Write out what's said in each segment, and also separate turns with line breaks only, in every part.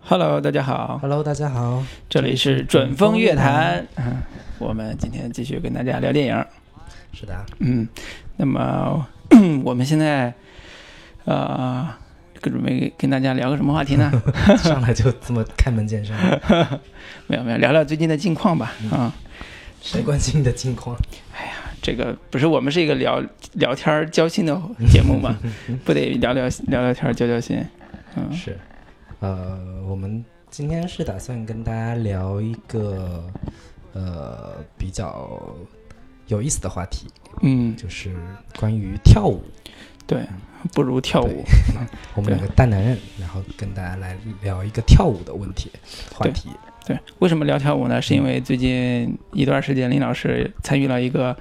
Hello，大家好，
Hello，大家好，
这里是准风乐坛。嗯，我们今天继续跟大家聊电影。
是的，啊
嗯，那么 我们现在呃，准备跟大家聊个什么话 题呢？
上来就这么开门见 山，
没有没有，聊聊最近的近况吧。啊、
谁关心你的近况？
这个不是我们是一个聊聊天儿交心的节目 嘛，不得聊聊聊聊天儿交交心。嗯，
是，呃，我们今天是打算跟大家聊一个呃比较有意思的话题，
嗯，
就是关于跳舞。
对，不如跳舞。
我们两个大男人，然后跟大家来聊一个跳舞的问题话题。
对，为什么聊跳舞呢？是因为最近一段时间，林老师参与了一个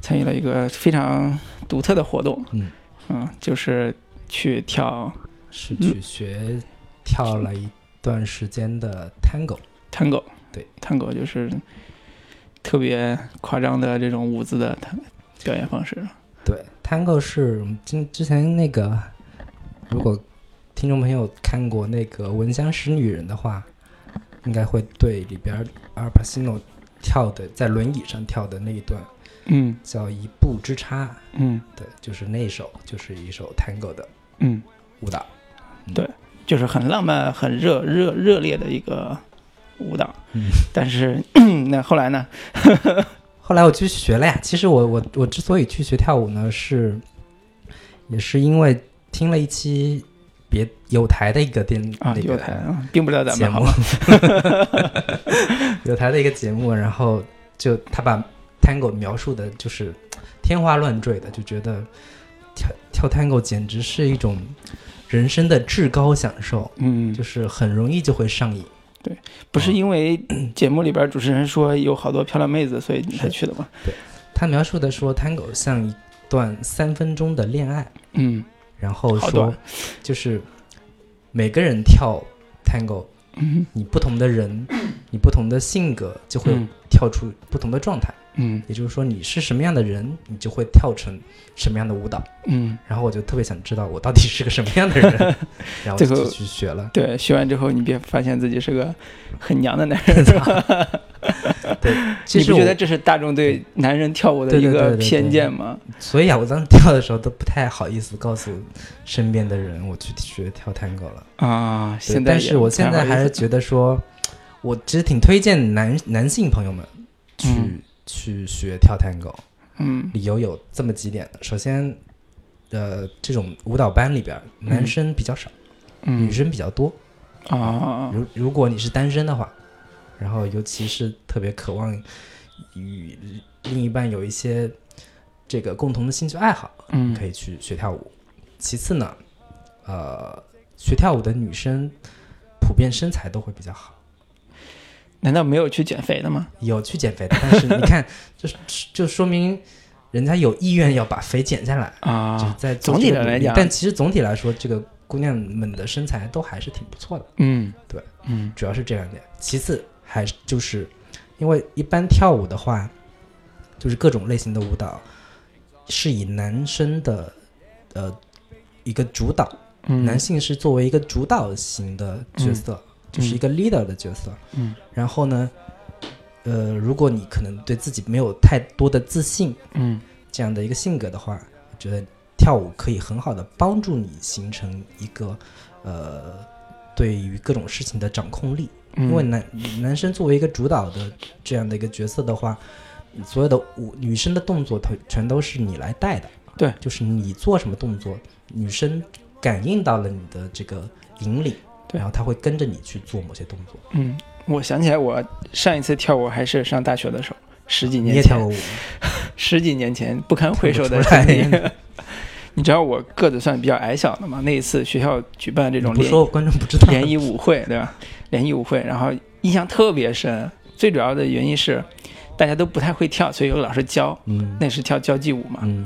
参与了一个非常独特的活动，
嗯，
嗯，就是去跳
是去学跳了一段时间的 tango。
tango。
对
，tango 就是特别夸张的这种舞姿的它表演方式。
对，Tango 是我们之之前那个，如果听众朋友看过那个《闻香识女人》的话，应该会对里边儿阿尔帕西诺跳的在轮椅上跳的那一段
嗯
叫一步之差，
嗯
对，就是那一首，就是一首 Tango 的
嗯，
舞蹈。
就是很浪漫、很热热热烈的一个舞蹈。
嗯，
但是 那后来呢？
后来我去学了呀。其实我我我之所以去学跳舞呢，是也是因为听了一期别有台的一个电
啊，
那个
有台啊，并不知道咱
节
们好
目， 有台的一个节目，然后就他把 tango 描述的就是天花乱坠的，就觉得跳跳 tango 简直是一种人生的至高享受，
嗯
就，是很容易就会上瘾。
不
嗯
是因为节目里边主持人说有好多漂亮妹子，所以你才去的吗？
他描述的说 tango 像一段三分钟的恋爱，
嗯
然后
好
说
短
就是每个人跳 tango，
嗯
你不同的人，你不同的性格就会
嗯
跳出不同的状态。
嗯
也就是说，你是什么样的人，你就会跳成什么样的舞蹈。
嗯，
然后我就特别想知道我到底是个什么样的人， 然后我
最
就
后
去学了。
对，学完之后你别发现自己是个很娘的男人，
其
你
实
不
我
觉得这是大众对男人跳舞的
对
一
对对
个
对对
偏见吗？
所以啊，我当时跳的时候都不太好意思告诉身边的人我去学跳探戈了。
啊，
对
现在
但
也
是我
不太
现在
好意
还是
思
觉得说，我其实挺推荐男男性朋友们去、
嗯
去学跳探戈，
嗯
理由有这么几点：首先，呃，这种舞蹈班里边儿男
嗯
生比较少，
嗯
女生比较多。
啊
如如果你是单身的话，然后尤其是特别渴望与另一半有一些这个共同的兴趣爱好，
嗯
可以去学跳舞。其次呢，呃，学跳舞的女生普遍身材都会比较好，
难道没有去减肥的吗？
有去减肥的，但是你 看，就是就说明人家有意愿要把肥减下来。就是
啊，
在做
总体
这个
的来
努力
讲
但其实总体来说，这个姑娘们的身材都还是挺不错的。
嗯，
对，
嗯
主要是这两点。其次还是就是，因为一般跳舞的话，就是各种类型的舞蹈是以男生的呃一个主导，
嗯，
男性是作为一个主导型的角色，就是一个 leader 的角色。
嗯
然后呢，呃，如果你可能对自己没有太多的自信
嗯
这样的一个性格的话，我觉得跳舞可以很好的帮助你形成一个呃对于各种事情的掌控力。
嗯，
因为男男生作为一个主导的这样的一个角色的话，所有的舞女生的动作，它全都是你来带的。
对
就是你做什么动作，女生感应到了你的这个引领，
对
然后她会跟着你去做某些动作。
嗯，我想起来，我上一次跳舞还是上大学的时候，十几
你
年
也
前
跳，过舞吗？
十几年前不堪回首的
跳不出来
经历。 你知道我个子算比较矮小的嘛？那一次学校举办这种
你不
联
说，观众不知道。
联谊舞会，对吧？联谊舞会，然后印象特别深。最主要的原因是大家都不太会跳，所以有老师教。
嗯
那是跳交际舞嘛。
嗯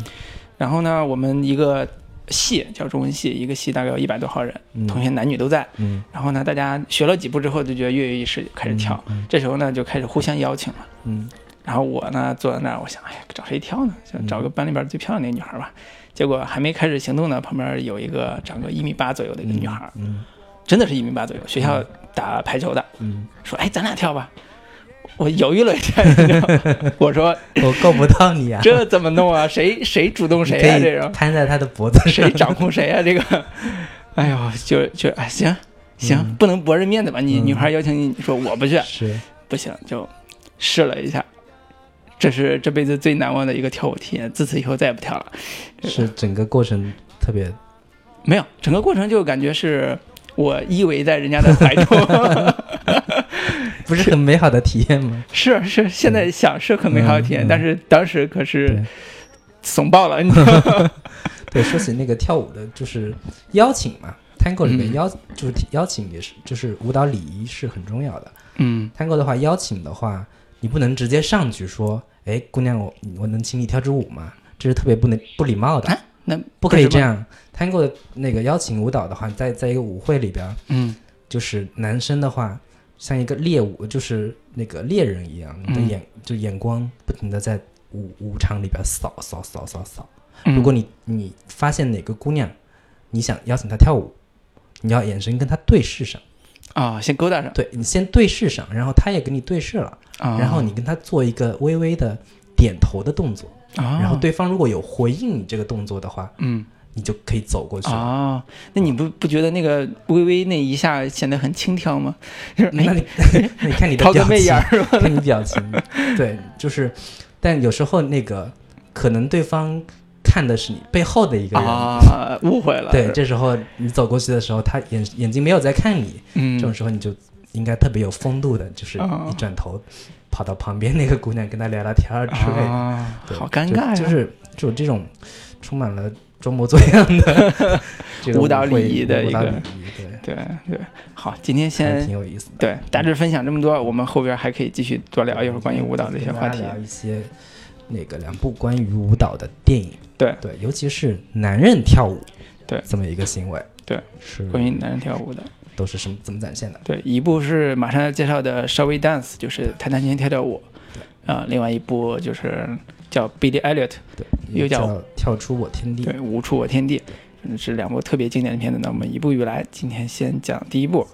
然后呢，我们一个系叫中文系，一个系大概有一百多号人，
嗯，
同学男女都在。
嗯，
然后呢，大家学了几步之后就觉得跃跃欲试，就开始跳。
嗯
这时候呢，就开始互相邀请了。
嗯
然后我呢坐在那儿，我想，哎呀，找谁跳呢？想找个班里边最漂亮的女孩吧。结果还没开始行动呢，旁边有一个长个一米八左右的一个女孩，
嗯
真的是一米八左右，学校打排球的，
嗯，
说哎咱俩跳吧，我犹豫了一下，你知道 吗我说
我够不到你啊，
这怎么弄啊？谁谁主动谁啊？
你可以
这种
攀在他的脖子上
谁，掌控谁啊？这个， 哎呦，就就哎行行，不能驳人面子吧？你
嗯
女孩邀请你，你说我不去，
是，
不行，就试了一下。这是这辈子最难忘的一个跳舞体验，自此以后再也不跳了。
是整个过程特别，
没有，整个过程就感觉是我依偎在人家的怀中。
不是很美好的体验吗？
是是，现在想是很美好的体验，
嗯嗯
但是当时可是
对
怂爆了，你知道吗？
对，说起那个跳舞的，就是邀请嘛，tango 里
嗯
面邀、就是邀请也是，就是舞蹈礼仪是很重要的。
嗯
tango 的话，邀请的话，你不能直接上去说，哎，姑娘，我我能请你跳支舞吗？这是特别不能不礼貌的，
啊，那
不可以
为什
这
么。
样。tango 的那个邀请舞蹈的话，在在一个舞会里边，
嗯
就是男生的话，像一个猎物，就是那个猎人一样，你的
嗯
眼、就眼光不停的在舞舞场里边扫扫扫扫扫。
嗯，
如果你你发现哪个姑娘，你想邀请她跳舞，你要眼神跟她对视上，
啊、先勾搭上，
对你先对视上，然后她也跟你对视了，
啊，
然后你跟她做一个微微的点头的动作，
啊，
然后对方如果有回应你这个动作的话，
嗯。
你就可以走过去了。
哦，那你不不觉得那个微微那一下显得很轻佻 吗？就是
那
哎，
你那你看你的
抛
表
个媚
情
眼，儿是吧？
看你表情，对，就是，但有时候那个可能对方看的是你背后的一个人，
啊，误会了。
对，，这时候你走过去的时候，他眼眼睛没有在看你，
嗯
这，种时候你就应该特别有风度的，就是
哦
一转头跑到旁边那个姑娘跟她聊聊天儿之类的，
啊，
对
好尴尬呀。
就就是就这种充满了装模作样的这 个
舞蹈
会
礼仪的
舞
一
蹈
个
礼仪，对，
对对，好，今天
还
先
挺有意思的。
对大致分享这么多，我们后边还可以继续多聊一会儿关于舞蹈的一些话题
跟大家。聊一些那个两部关于舞蹈的电影。
对
对，尤其是男人跳舞，
对
这么一个行为，
对
是
关于男人跳舞的，
都是什么怎么展现的？
对，一部是马上要介绍的《稍微 Dance》，就是弹弹琴跳跳舞，啊、另外一部就是叫《Billy Elliot》，
对，
又
也
叫
叫跳出我天地。
对，《无处我天地》嗯是两部特别经典的片子。那我们一步一步来，今天先讲第一部，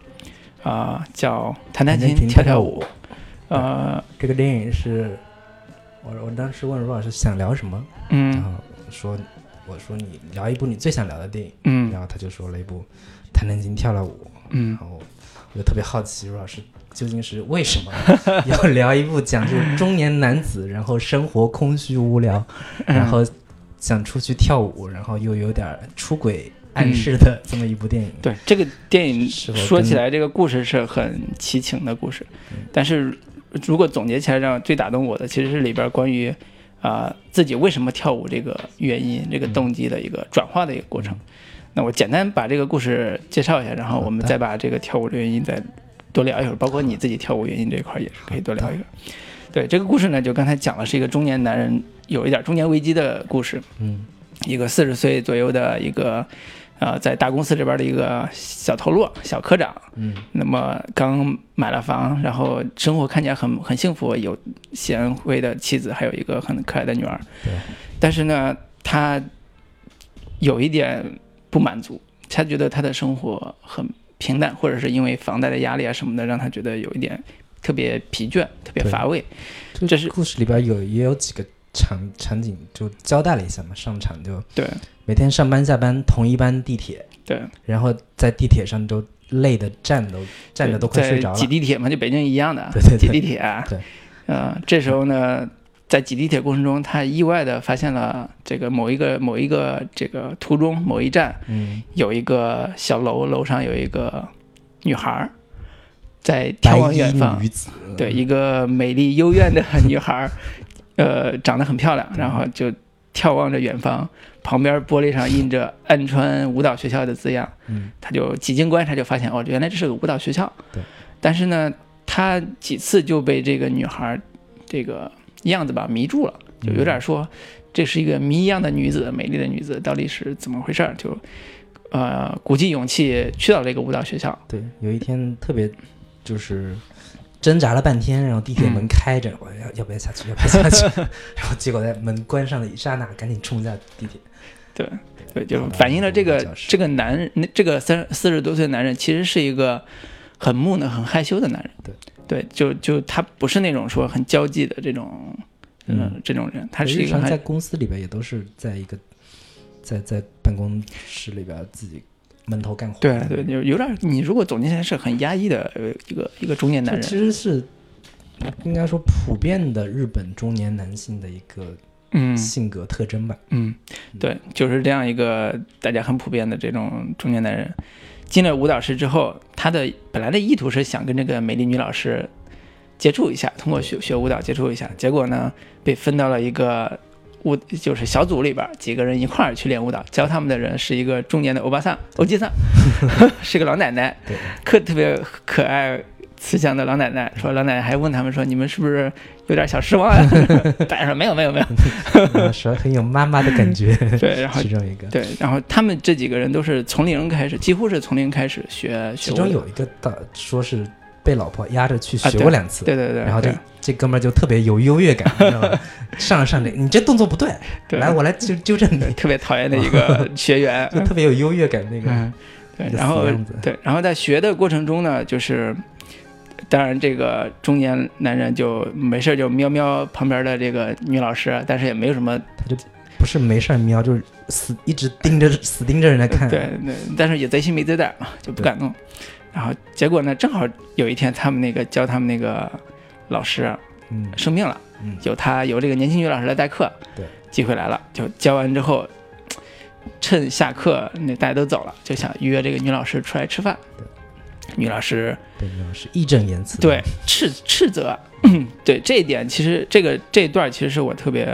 啊、叫《弹弹
弹
琴
弹琴
跳
跳
跳
舞
舞》。呃，
这个电影是，我我当时问罗老师想聊什么，然
嗯
后说我说你聊一部你最想聊的电影，
嗯
然后他就说了一部《弹弹琴跳跳舞》，然
嗯，
后我就特别好奇，罗老师究竟是为什 么要聊一部讲述中年男子，然后生活空虚无聊，
嗯
然后想出去跳舞，然后又有点出轨暗示的这么一部电影？
嗯对，这个电影
是否
说起
跟
来，这个故事是很奇情的故事
嗯，
但是如果总结起来，让最打动我的其实是里边关于啊、自己为什么跳舞这个原因、这个
嗯
动机的一个转化的一个过程。那我简单把这个故事介绍一下，然后我们
好的
再把这个跳舞的原因再多聊一会儿，包括你自己跳舞原因这一块儿也是可以多聊一个。对这个故事呢，就刚才讲了，是一个中年男人有一点中年危机的故事。
嗯
一个四十岁左右的一个，呃，在大公司这边的一个小头落、小科长。
嗯
那么刚买了房，然后生活看起来很很幸福，有贤惠的妻子，还有一个很可爱的女儿。
对。
但是呢，他有一点不满足，他觉得他的生活很平淡，或者是因为房贷的压力啊什么的，让他觉得有一点特别疲倦、特别
对
乏味。
就
这是
故事里边有也有几个场场景就交代了一下嘛，上场就
对
每天上班下班同一班地铁，
对，
然后在地铁上都累的站都站着都快睡着
在挤
了，
地铁嘛，就北京一样的，
对 对对
挤地铁、啊。
对，
呃，这时候呢，在挤地铁过程中，他意外的发现了这个某一个某一个这个途中某一站
嗯，
有一个小楼，楼上有一个女孩儿在眺
白
望远
衣
方
女，子，嗯
对，一个美丽幽怨的 女孩儿，呃，长得很漂亮，然后就眺望着远方，旁边玻璃上印着安川舞蹈学校的字样。
嗯，
他就几经观察，就发现哦，原来这是个舞蹈学校。
对。
但是呢，他几次就被这个女孩儿这个样子吧迷住了，就有点说、这是一个谜一样的女子，美丽的女子到底是怎么回事儿？就呃，鼓起勇气去到这个舞蹈学校。
对，有一天特别就是挣扎了半天，然后地铁门开着，我 要要不要下去，要不要下去，然后结果在门关上的一刹那，赶紧冲下地铁，
对对，
哦
就是反映了这个
好吧
这个男人，那这个三四十多岁的男人其实是一个很木讷、很害羞的男人。
对
对，就就他不是那种说很交际的这种，嗯、
嗯
这种人，他
我
是
日
一个
常在
很
公司里边也都是在一个在在办公室里边自己闷头干活。
对对，就有点你如果总结起来是很压抑的呃一个一个中年男
这
人。
其实是应该说普遍的日本中年男性的一个
嗯
性格特征 吧。
嗯，对，就是这样一个大家很普遍的这种中年男人，进了舞蹈室之后，他的本来的意图是想跟这个美丽女老师接触一下，通过学学舞蹈接触一下，结果呢被分到了一个舞就是小组里边，几个人一块儿去练舞蹈，教他们的人是一个中年的欧巴桑、欧吉桑，是个老奶奶，
对，
可特别可爱。慈祥的老奶奶说：“老奶奶还问他们说，你们是不是有点小失望啊？”大家说：“没有，没有，没有。
嗯是很有妈妈的感觉。”
对，然后
其中一个，
对，然后他们这几个人都是从零开始，几乎是从零开始学学
其
舞
中
的
有一个大说是被老婆压着去
啊
学
对
过两次，
对对对，
然后这
对
这哥们儿就特别有优越感，你知道吗？上来上来，你这动作不对，
对
来我来纠纠正你，
特别讨厌的一 个学员，
就特别有优越感那个。
嗯，对
那，个
然后
死样子
对，然后在学的过程中呢，就是当然这个中年男人就没事儿就瞄瞄旁边的这个女老师，但是也没有什 么
不是没事儿瞄，就是死一直盯着死盯着人家看。
对，对，但是也贼心没贼胆嘛，就不敢弄。然后结果呢，正好有一天他们那个教他们那个老师啊
嗯
生病了。
嗯，
有他有这个年轻女老师来代课，
对，
机会来了，就教完之后，趁下课那大家都走了，就想约这个女老师出来吃饭。
对，
女老师
对，是义正言辞。
对，斥斥责， 对这一点，其实这个这一段其实是我特别，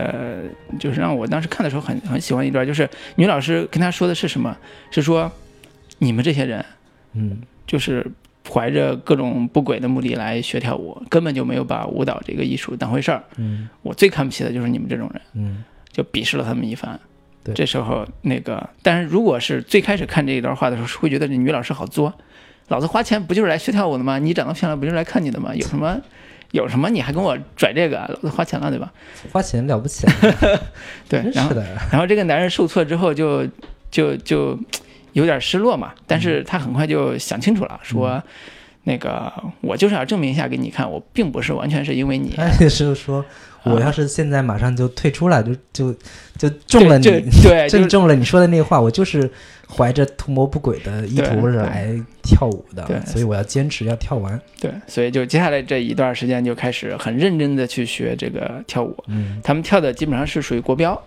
就是让我当时看的时候很很喜欢一段，就是女老师跟他说的是什么？是说你们这些人
嗯，
就是怀着各种不轨的目的来学跳舞，根本就没有把舞蹈这个艺术当回事儿。
嗯
我最看不起的就是你们这种人。
嗯
就鄙视了他们一番。
对
这时候那个，但是如果是最开始看这一段话的时候，是会觉得这女老师好作，老子花钱不就是来学跳舞的吗？你长得漂亮不就是来看你的吗？有什么有什么你还跟我拽这个啊？老子花钱了，对吧？
嗯，花钱了不起啊，
对
真，
然
是
后
的。
然后这个男人受挫之后就就就嘖有点失落嘛，但
嗯
是他很快就想清楚了，说。那个，我就是要证明一下给你看，我并不是完全是因为你，
他也是哎说，
啊
我要是现在马上就退出了，就就就中了
这
你，
这 对，就
正
是
中了你说的那话，我就是怀着图谋不轨的意图
对对
来跳舞
对
的，所以我要坚持要跳完。
对，所以就接下来这一段时间就开始很认真的去学这个跳舞。
嗯，
他们跳的基本上是属于国标，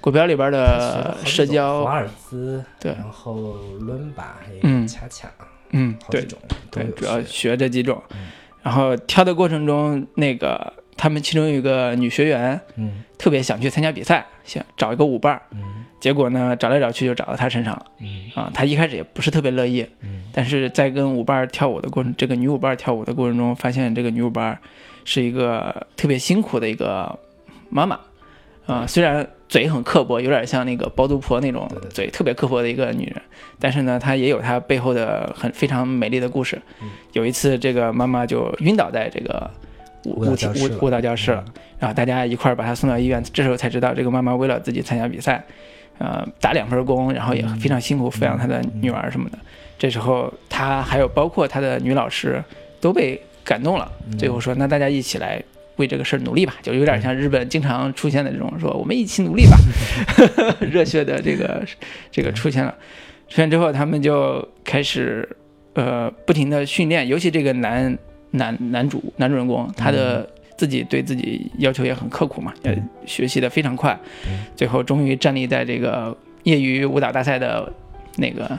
国标里边的呃社
华
交，
尔兹，
对，
然后伦巴，还有
嗯
恰恰，
嗯，
好几
对
种都
对，
有
主要
学。
学这几种
嗯。
然后跳的过程中，那个他们其中有一个女学员
嗯
特别想去参加比赛，想找一个舞伴儿，
嗯
结果呢找来找去就找到她身上了
嗯
啊。她一开始也不是特别乐意，
嗯
但是在跟舞伴儿跳舞的过程，这个女舞伴儿跳舞的过程中，发现这个女舞伴儿是一个特别辛苦的一个妈妈，啊、虽然嘴很刻薄，有点像那个包租婆那种
对对对
嘴特别刻薄的一个女人，但是呢，她也有她背后的很非常美丽的故事
嗯。
有一次，这个妈妈就晕倒在这个舞
舞蹈
舞体
教室了嗯
舞舞蹈教室了，然后啊大家一块儿把她送到医院，这时候才知道这个妈妈为了自己参加比赛，呃，打两份工，然后也非常辛苦抚养她的女儿什么的。这时候，她还有包括她的女老师都被感动了，
嗯
最后说：“那大家一起来为这个事儿努力吧。”就有点像日本经常出现的这种说“我们一起努力吧”， 热血的这个这个出现了。出现之后，他们就开始呃不停的训练，尤其这个男男男主男主人公，他的自己对自己要求也很刻苦嘛，呃
嗯，
学习的非常快
嗯，
最后终于站立在这个业余舞蹈大赛的那个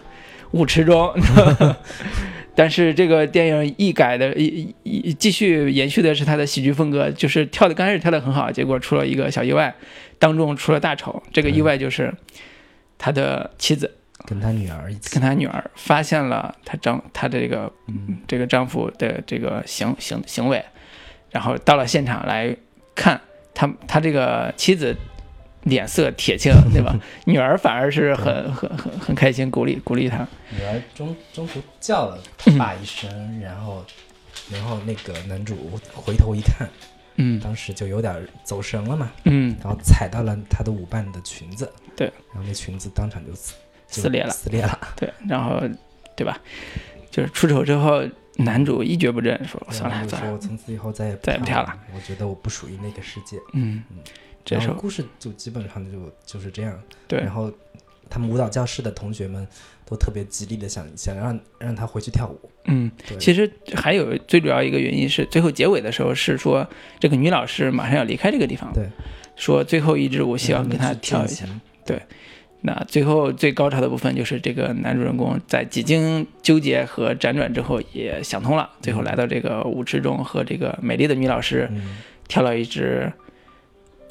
舞池中。但是这个电影一改的，一一一继续延续的是他的喜剧风格，就是跳的刚开始跳的很好，结果出了一个小意外，当众出了大丑。这个意外就是他的妻子
嗯跟他女儿一起
跟，他女儿发现了他丈他的这个
嗯
这个丈夫的这个行行行为，然后到了现场来看他他这个妻子脸色铁青，对 吧？女儿反而是很很很很开心，鼓励鼓励他。
女儿中中途叫了他爸一声，然后然后那个男主回头一看，
嗯
当时就有点走神了嘛，
嗯，
然后踩到了她的舞伴的裙子，
对，
然后那裙子当场就撕就
撕裂了
撕裂了，
对，然后对吧？就是出丑之后，男主一蹶不振，说算
然
了
后我
算
说
了，
我从此以后再也
再也不跳
了，我觉得我不属于那个世界。
嗯，这
然
时
后嗯
候
故事就基本上就就是这样，
对
然后他们舞蹈教室的同学们都特别极力的想想让让他回去跳舞，
嗯，
对，
其实还有最主要一个原因是，最后结尾的时候是说这个女老师马上要离开这个地方，
对，
说最后一支舞哦希
让
望
他
跟
们
她
去
跳一
进
下。
行
那最后最高潮的部分就是这个男主人公在几经纠结和辗转之后也想通了，最后来到这个舞池中和这个美丽的女老师
嗯
跳了一支，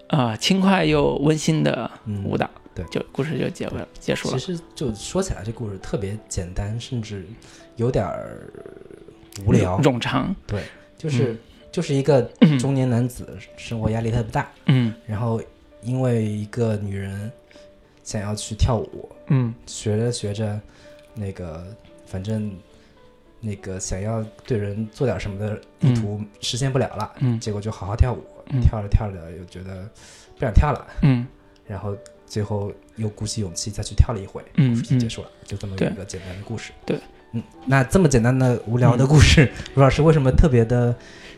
啊、轻快又温馨的
嗯
舞蹈。
对
就故事就结尾了，结束了
其。实就说起来，这故事特别简单，甚至有点儿
嗯
无聊。
冗长。
对，就是、
嗯
就是 一个中年男子，生活压力特别大，
嗯
然后因为一个女人想要去跳舞，
嗯
学着学着，那个反正那个想要对人做点什么的意图实现不了了，
嗯
结果就好好跳舞，
嗯
跳着跳着又觉得不想跳了，
嗯
然后最后又鼓起勇气再去跳了一回，
嗯
故事就结束了，就这么
对
一个简单的故事。
对，嗯
嗯，那这么简单的无聊的故事，卢老师为什么特别的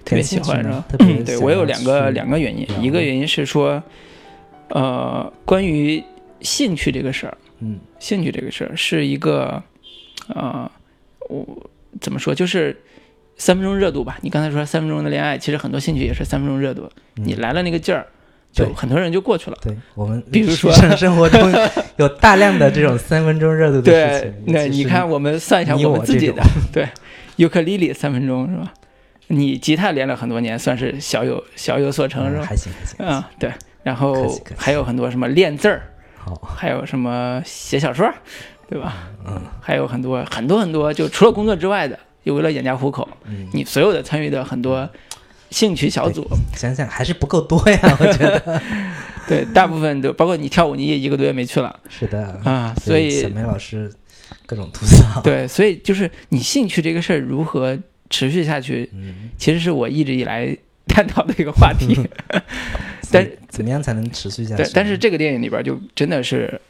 特别喜欢是
呢
吧？？
特别
嗯，对我有两个两
个
个原因
聊，
一个原因是说，呃，关于兴趣这个事儿，
嗯
兴趣这个事儿是一个，呃，我怎么说就是。三分钟热度吧，你刚才说三分钟的恋爱，其实很多兴趣也是三分钟热度。
嗯
你来了那个劲儿，就
对
很多人就过去了。
对我们
比如说
日常生活中有大量 的这种三分钟热度的
对
事情，，
那
其实
你
嗯
看，我们算一下
你
我们
我
自
这
己
种
的，对，尤克里里三分钟是吧？你吉他练了很多年，算是小有小有所成是
嗯
吧？
还行还行，还行
啊，对。然
客
后
气客气
还有很多什么练字儿，
好，
还有什么写小说，对吧？
嗯
还有很多很多很多，就除了工作之外的，就为了养家糊口，
嗯，
你所有的参与的很多兴趣小组，
想想还是不够多呀，我觉 得
对，大部分都包括你跳舞，你也一个多月没去了
是嗯的，
啊，所以
小梅老师各种吐槽，
对，所以就是你兴趣这个事儿如何持续下去，
嗯，
其实是我一直以来探讨的一个话题。
所以
但
怎么样才能持续下去
对
呢？，
但是这个电影里边就真的是，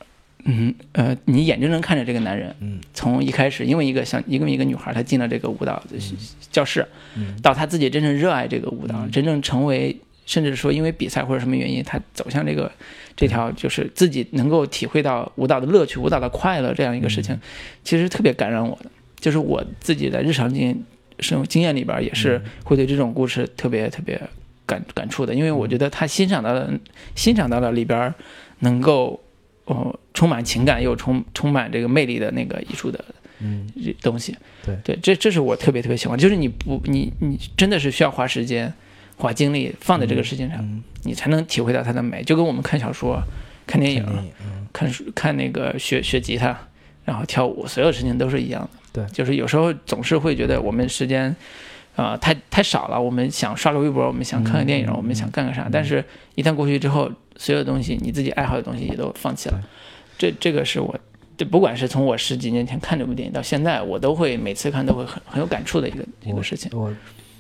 嗯呃，你眼睁睁看着这个男人
嗯
从一开始，因为一个小，因为一个女孩，她进了这个舞蹈的学教室，
嗯
到她自己真正热爱这个舞蹈，
嗯
真正成为，甚至说因为比赛或者什么原因，她走向这个这条就是自己能够体会到舞蹈的乐趣、舞蹈的快乐这样一个事
嗯
情，其实特别感染我的。就是我自己在日常经验生经验里边也是
嗯
会对这种故事特别特别感感触的，因为我
嗯
觉得他欣赏到了欣赏到了里边儿能够哦充满情感又充充满这个魅力的那个艺术的
嗯
这东西。
对
对，这这是我特别特别喜欢，就是你不你你真的是需要花时间花精力放在这个事情上，
嗯，
你才能体会到它的美。就跟我们看小说、看电影、
看电影嗯
看书、看那个学学吉他，然后跳舞，所有事情都是一样的。
对
就是有时候总是会觉得我们时间，啊太太少了。我们想刷个微博，我们想看个电影，
嗯
我们想干个啥，但是一旦过去之后，所有东西你自己爱好的东西也都放弃了。这这个是我。这不管是从我十几年前看这部电影到现在，我都会每次看都会很很有感触的一个一个事情。
我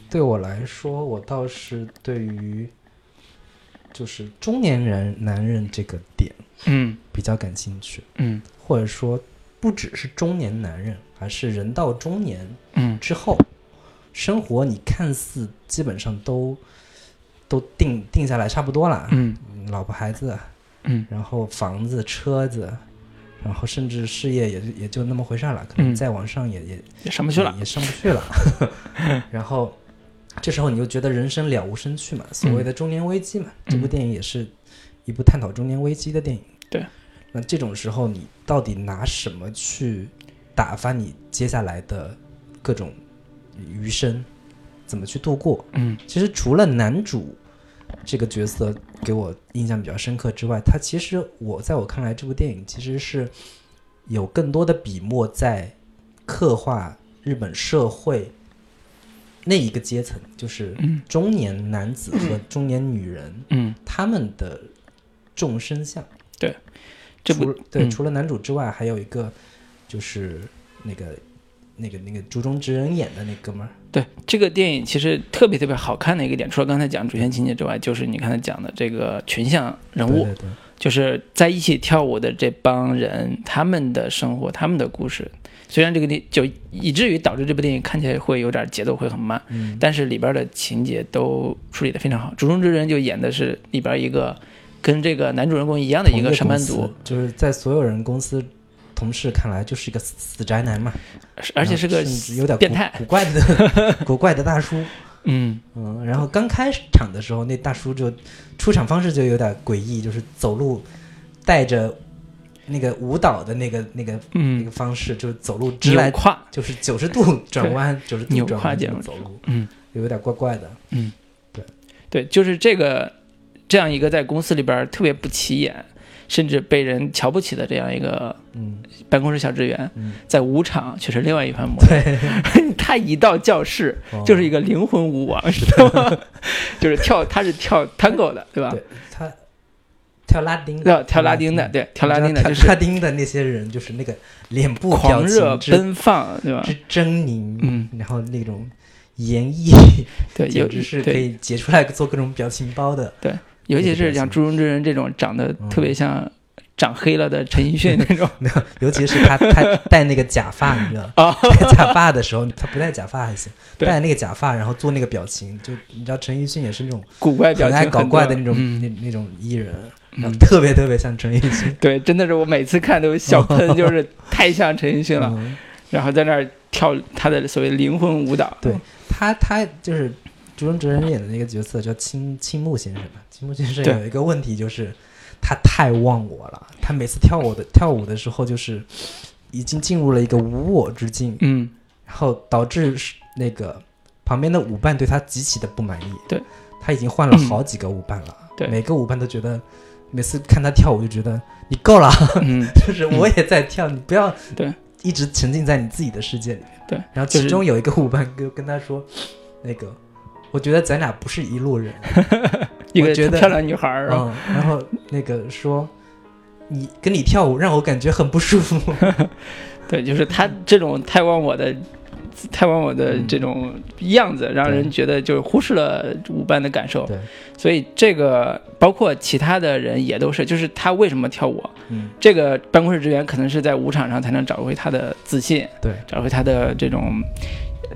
对我来说，我倒是对于就是中年人男人这个点
嗯
比较感兴趣，
嗯
或者说不只是中年男人，而是人到中年
嗯
之后，生活你看似基本上都都定定下来差不多了，
嗯
老婆孩子，
嗯
然后房子车子。然后甚至事业也就也就那么回事儿了，可
嗯
能再往上也、也
也上不去了。
也上不去了。 然后这时候你就觉得人生了无生趣
嗯
嘛，所谓的中年危机嘛，这部电影也是一部探讨中年危机的电影。
对，
那这种时候你到底拿什么去打发你接下来的各种余生？怎么去度过？
嗯
其实除了男主这个角色给我印象比较深刻之外，他其实我在我看来，这部电影其实是有更多的笔墨在刻画日本社会那一个阶层，就是
嗯
中年男子和中年女人、
嗯，
他们的众生相。
这
除
部
对、
嗯
除了男主之外，还有一个就是那个那个那个竹中直人演的那哥们儿，
对这个电影其实特别特别好看的一个点，除了刚才讲主线情节之外，就是你刚才讲的这个群像人物，
对对对，
就是在一起跳舞的这帮人，他们的生活，他们的故事。虽然这个电就以至于导致这部电影看起来会有点节奏会很慢，
嗯，
但是里边的情节都处理得非常好。竹中之人就演的是里边一个跟这个男主人公一样的一个上班
同
族
公，司就是在所有人公司同事看来就是一个死死宅男嘛，
是而且是个
然后啊甚至有点古
变态
古怪 的古怪的大叔，
嗯，
嗯，然后刚开场的时候，那大叔就出场方式就有点诡异，就是走路带着那个舞蹈的那个那个那
嗯
个方式，就是走路直
扭
来
胯，
就是九十 度转弯，九十度
扭
转
胯
弯这
间
么走路，
嗯，
有点怪怪的。
对，就是这个这样一个在公司里边特别不起眼，甚至被人瞧不起的这样一个
嗯
办公室小职员，
嗯，
在舞场却是另外一番模
对，
样。 他一到教室
哦
就是一个灵魂舞王， 知道吗？就是跳，他是跳 tango 的，对吧？
哦对他跳拉丁，
对，跳拉丁的，对，跳拉丁的
你
就
知道跳
是
拉丁的那些人，就是那个脸部
狂
表
热
情之
奔放，对吧？
之狰狞，
嗯，
然后那种演绎，
对，
简
尤
直是可
对，
以截出来做各种表情包的。
尤其
这个
是像《
表嗯
猪中之人》这种长得特别像长黑了的陈奕迅那种
没有，尤其是 他他戴那个假发，你知道，
啊，
戴假发的时候，他不戴假发还行，
对
戴那个假发，然后做那个表情，就你知道陈奕迅也是那种
古怪表
很
情
爱
很
搞怪
多
的那种、
嗯
那那种艺人，然后
嗯
特别特别像陈奕迅。
对，真的是我每次看都笑喷，就是太像陈奕迅了。
嗯
然后在那儿跳他的所谓灵魂舞蹈，
对他他就是竹中直人演的那个角色叫青青木先生吧，青木先生
对
有一个问题就是他太忘我了，他每次跳舞的跳舞的时候就是已经进入了一个无我之境，
嗯，
然后导致是那个旁边的舞伴对他极其的不满意。
对，
他已 经换了好几个舞伴了，
对
每个舞伴都觉得，每次看他跳舞就觉得你够了，
嗯，
就是我也在跳，你不要
对
一直沉浸在你自己的世界里面。
对
然后
就是
其中有一个舞伴跟跟他说，那个我觉得咱俩不是一路人，
一
我
个
觉得
漂亮女孩儿，然后
嗯，然后那个说。你跟你跳舞让我感觉很不舒服，
对，就是他这种太忘我的。太忘我的这种样子，让人觉得就是忽视了舞伴的感受，
对，
所以这个包括其他的人也都是，就是他为什么跳舞，
嗯，
这个办公室职员可能是在舞场上才能找回他的自信，
对，
找回他的这种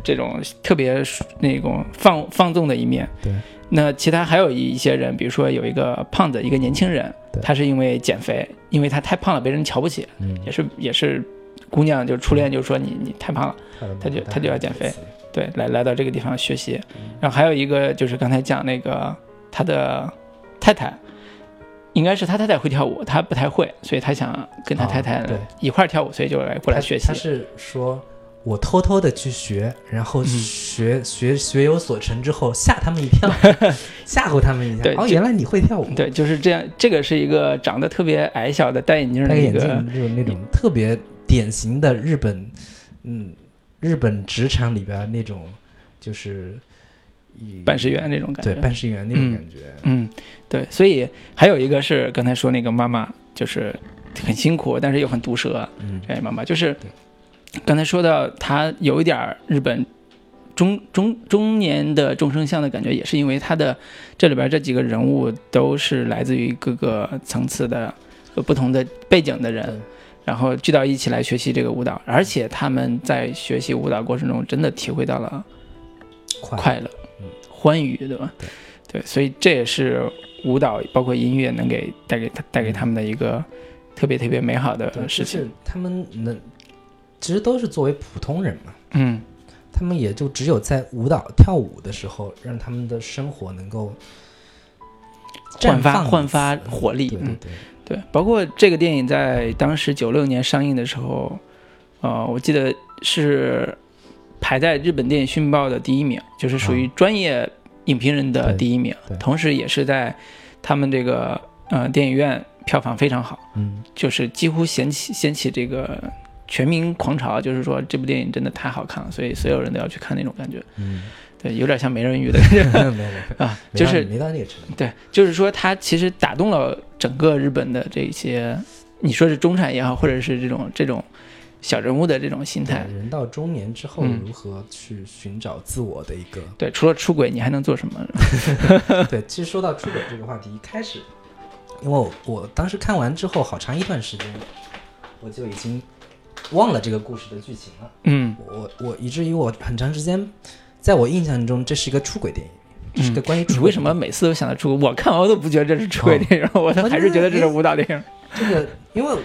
这种特别那种放放纵的一面。
对，
那其他还有一些人，比如说有一个胖子，一个年轻人
对，
他是因为减肥，因为他太胖了，被人瞧不起，
嗯
也是也是姑娘就初恋就说你你太胖了，他就他就要减肥，对，来来到这个地方学习。
嗯
然后还有一个就是刚才讲那个他的太太，应该是他太太会跳舞，他不太会，所以他想跟他太太
哦对
一块儿跳舞，所以就来过来
他
学习
他。是说我偷偷的去学，然后
嗯
学、学学有所成之后吓他们一 跳，吓唬他们一下
对。
哦，
这
原来你会跳舞，
对，就是这样。这个是一个长得特别矮小的戴眼镜
戴
的
个
一
眼镜
个，
就是那种特别典型的日本，嗯，日本职场里边儿那种就是以
办事员那种感
对
觉。
办事员那种
嗯
感觉。
嗯，对。所以还有一个是刚才说那个妈妈，就是很辛苦，但是又很毒舌。
嗯
哎，妈妈，就是
对
刚才说到她有一点儿日本中中中年的众生相的感觉，也是因为她的这里边这几个人物都是来自于各个层次的、呃不同的背景的人
对，
然后聚到一起来学习这个舞蹈，而且他们在学习舞蹈过程中真的体会到了
快
快乐
嗯、
欢愉，对吧？
对
对，所以这也是舞蹈包括音乐能给带给他带给他们的一个特别特别美好
嗯对
的事
就是
情。
他们能，其实都是作为普通人嘛，
嗯。
他们也就只有在舞蹈跳舞的时候，让他们的生活能够
焕
绽
发
放
焕
一次
发活力。
对对
嗯，
对，
对，包括这个电影在当时九六年上映的时候，呃，我记得是排在日本电影讯报的第一名，就是属于专业影评人的第一名，
啊对对
同时也是在他们这个呃电影院票房非常好，
嗯，
就是几乎掀起掀起这个。全民狂潮，就是说这部电影真的太好看了，所以所有人都要去看那种感觉，
嗯，
对，有点像美人鱼的感觉
没有没有，
啊，
没
就
到
是
没到那个程度，
对，就是说它其实打动了整个日本的这些，你说是中产也好，或者是这种这种小人物的这种心态
对。人到中年之后
嗯
如何去寻找自我的一 个
对，除了出轨，你还能做什 么？
对，其实说到出轨这个话题，一开始，因为我我当时看完之后，好长一段时间，我就已经忘了这个故事的剧情了。
嗯
我我以至于我很长时间，在我印象中，这是一个出轨电影，这是一个关 于出
你
轨。
嗯为什么每次都想到出轨？我看完我都不觉得这是出轨电影，我都还是觉得这是舞蹈电影。
这个？因为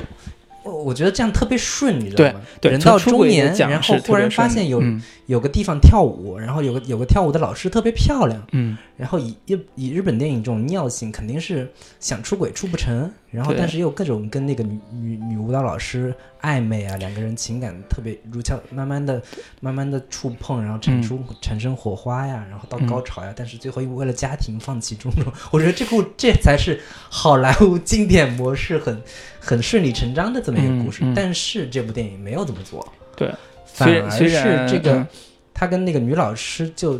我我觉得这样特别顺，你知
对
道吗？
对，
人
从
到
出
中
轨
年，
讲
然
是
后
特
忽然
别
发
顺的
现有、
嗯
有个地方跳舞，然后有个有个跳舞的老师特别漂亮。
嗯
然后以日以日本电影这种尿性，肯定是想出轨出不成，然后
对
但是又各种跟那个女女女舞蹈老师暧昧啊，两个人情感特别如胶，慢慢的慢慢的触碰，然后
嗯
产出、产生火花呀，然后到高潮呀，但是最后又为了家庭放弃种种，我觉得这部这才是好莱坞经典模式很很顺理成章的这么一个故事，
嗯嗯
但是这部电影没有这么做，
对，
反
虽
而
虽然
是这个。
嗯
他跟那个女老师就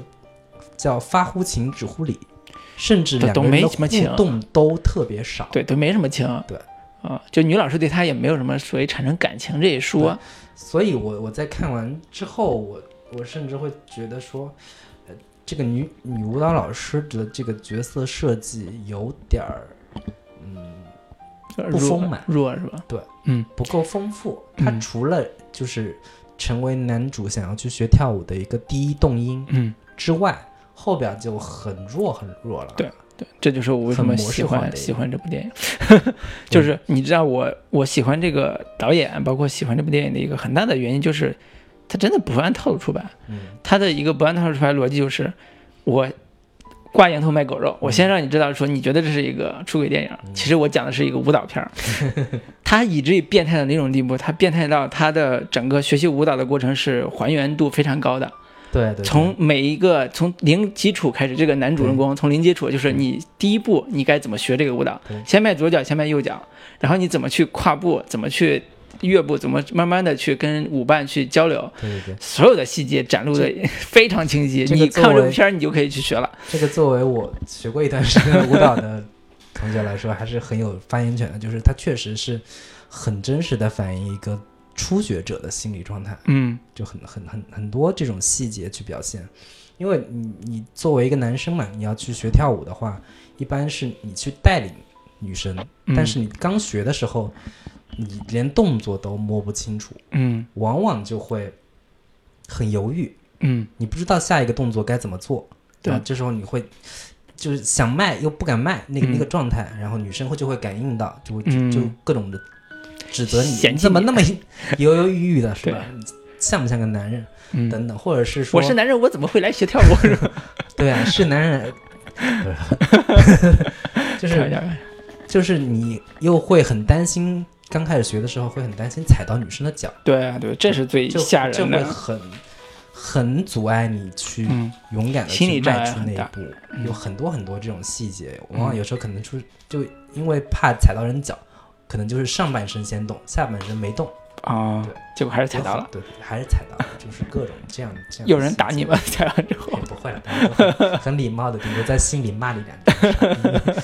叫发乎情止乎礼，甚至
都
两个
都没
人的
什么情
互动都特别少。
对，都没什么情。
对
啊，就女老师对他也没有什么所谓产生感情这一说。
所以我我在看完之后，我我甚至会觉得说，呃，这个女女舞蹈老师的这个角色设计有点儿，嗯，
呃
不
弱
丰满
弱是吧？
不够丰富。她
嗯
除了就是成为男主想要去学跳舞的一个第一动因
嗯，
之外，后边就很弱很弱了。
对对，这就是我为什
很
么
模
喜
式化的
欢
一
喜
个
欢这部电影， 就是你知道我我喜欢这个导演，包括喜欢这部电影的一个很大的原因就是，他真的不按套路出牌。
嗯，
他的一个不按套路出牌逻辑就是，我挂羊头卖狗肉，我先
嗯
让你知道说你觉得这是一个出轨电影，其实我讲的是一个舞蹈 片儿。他以至于变态到那种地步，他变态到他的整个学习舞蹈的过程是还原度非常高的。
对对对。
从每一个从零基础开始，这个男主人公从零基础就是你第一步你该怎么学这个舞蹈
对，
先迈左脚，先迈右脚，然后你怎么去跨步，怎么去跃步，怎么慢慢的去跟舞伴去交流，
对对对，
所有的细节展露的 非常清晰。
这个
你看完
作
这
为
部片儿，你就可以去学了。
这个作为我学过一段时间的舞蹈的同学来说，还是很有发言权的。就是它确实是很真实的反映一个初学者的心理状态，
嗯，
就很很很很多这种细节去表现。因为你你作为一个男生嘛，你要去学跳舞的话，一般是你去带领女生，
嗯
但是你刚学的时候，你连动作都摸不清楚，
嗯
往往就会很犹豫。
嗯，
你不知道下一个动作该怎么做，
对
吧这时候你会就是想卖又不敢卖那个、
嗯
那个状态，然后女生会就会感应到，就会就,、
嗯
就各种的指责你，
嫌弃你
你怎么 那么犹犹豫豫的，是吧？像不像个男人？
嗯
等等，或者是说，
我是男人，我怎么会来学跳舞？是吧
对啊，是 男人，
开玩
就 是
笑开玩笑
就是你又会很担心，刚开始学的时候会很担心踩到女生的脚，
对啊对，这是最
就
吓
就
人
会
的。
很很阻碍你去
嗯
勇敢的
心理
去
障
迈
碍
出
很
那一
大
步，
嗯
有很多很多这种细节，
嗯
往往有时候可能出就因为怕踩到人脚，可能就是上半身先动，下半身没动，
啊
对，
结果还是踩到
有很
了。，
对，还是踩到了， 就是各种这样这样。
有人打你？吗？ 踩完之后
也。不会了，大家都很很礼貌的，顶多在心里骂你两句。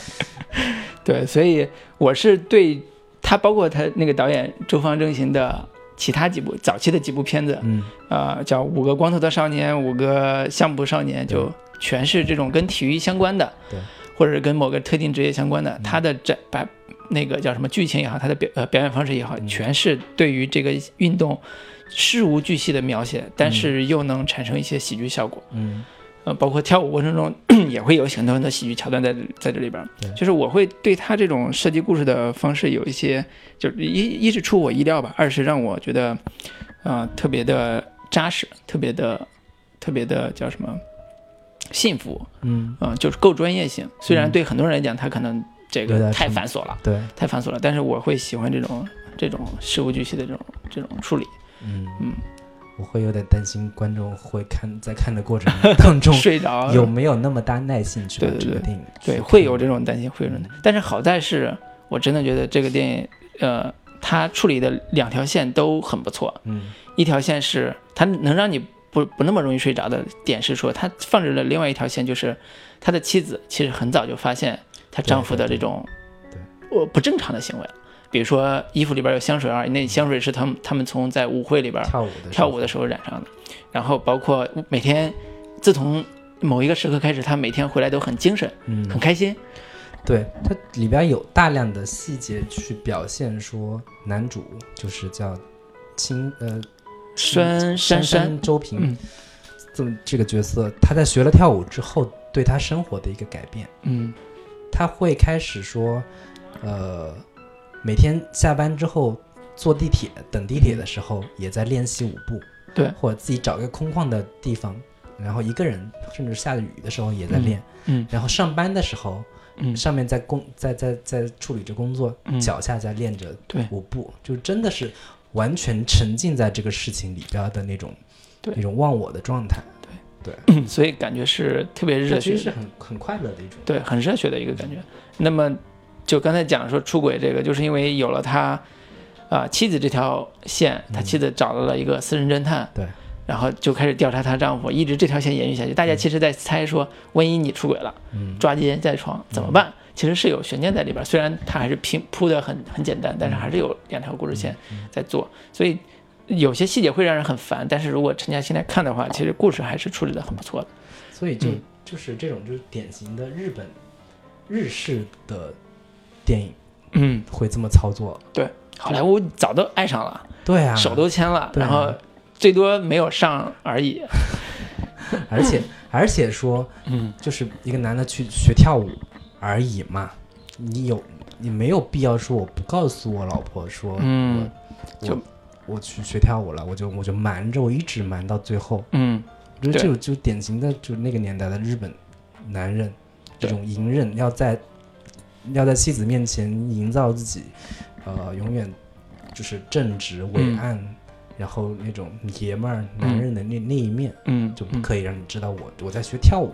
对，所以我是对他，包括他那个导演周方正行的其他几部早期的几部片子，
嗯，
呃，叫《五个光头的少年》《五个相扑少年》，就全是这种跟体育相关的，
对，嗯
或者是跟某个特定职业相关的。他的这把那个叫什么剧情也好，他的表呃表演方式也好，
嗯
全是对于这个运动事无巨细的描写，但是又能产生一些喜剧效果。
嗯，
呃，包括跳舞过程中 也会有很多很多喜剧桥段在在这里边儿
对。
就是我会对他这种设计故事的方式有一些，就是一一是出我意料吧，二是让我觉得，呃，特别的扎实，特别的特别的叫什么，幸福，
嗯，
嗯、就是够专业性。虽然
嗯
对很多人来讲，他可能这
有
个
点
太
沉
繁琐了，
对，
太繁琐了，但是我会喜欢这种这种事无巨细的这种这种处理，
嗯
嗯，
我会有点担心观众会看在看的过程 当中
睡着
有没有那么大耐性去把
对对
这个
对
电影
对，
去
会
看
有这种担心，会有这种担心。但是好在是我真的觉得这个电影，呃，它处理的两条线都很不错。
嗯
一条线是它能让你不不那么容易睡着的点是说，它放置了另外一条线，就是他的妻子其实很早就发现她丈夫的这种
对
呃不正常的行为了。比如说衣服里边有香水啊，那香水是他们他们从在舞会里边
跳舞的
啊跳舞的时候染上的。然后包括每天，自从某一个时刻开始，他每天回来都很精神，
嗯，
很开心。
对，它里边有大量的细节去表现说男主就是叫青呃
珊珊
珊
珊，
周平、
嗯
这么这个角色，他在学了跳舞之后对他生活的一个改变，
嗯
他会开始说，呃，每天下班之后坐地铁等地铁的时候也在练习舞步，
对
或者自己找一个空旷的地方，然后一个人甚至下雨的时候也在练，
嗯
然后上班的时候
嗯
上面在工在在在处理着工作，
嗯，
脚下在练着
对
舞步，就真的是完全沉浸在这个事情里边的那种
对
那种忘我的状态，
嗯所以感觉是特别
这
热
其
血
实
的，
是很很快乐的一种。
对，很热血的一个感觉。那么就刚才讲说出轨这个，就是因为有了他啊、妻子这条线，他妻子找到了一个私人侦探，
对，
然后就开始调查她丈夫，一直这条线延续下去。大家其实在猜说，万一你出轨了，
嗯，
抓奸在床怎么办？其实是有悬念在里边儿，虽然它还是拼铺的很很简单，但是还
嗯
是有两条故事线在做，所以有些细节会让人很烦。但是如果沉下心来看的话，其实故事还是处理的很不错的。
所以就、
嗯
就是这种就是典型的日本日式的电影
嗯，
会这么操作。
好莱坞早都爱上了，
对啊，
手都牵了，
对啊
然后最多没有上而已。
而且而且说
嗯，
就是一个男的去学跳舞而已嘛，你有你没有必要说我不告诉我老婆说，
嗯，
我
就
我去学跳舞了，我就我就瞒着我一直瞒到最后。
嗯，
我觉得
对
这种就典型的就是那个年代的日本男人这
对
种隐忍，要在要在妻子面前营造自己呃永远就是正直伟
嗯
岸，然后那种爷们儿
嗯
男人的那、那一面，
嗯，
就不
嗯
可以让你知道我我在学跳舞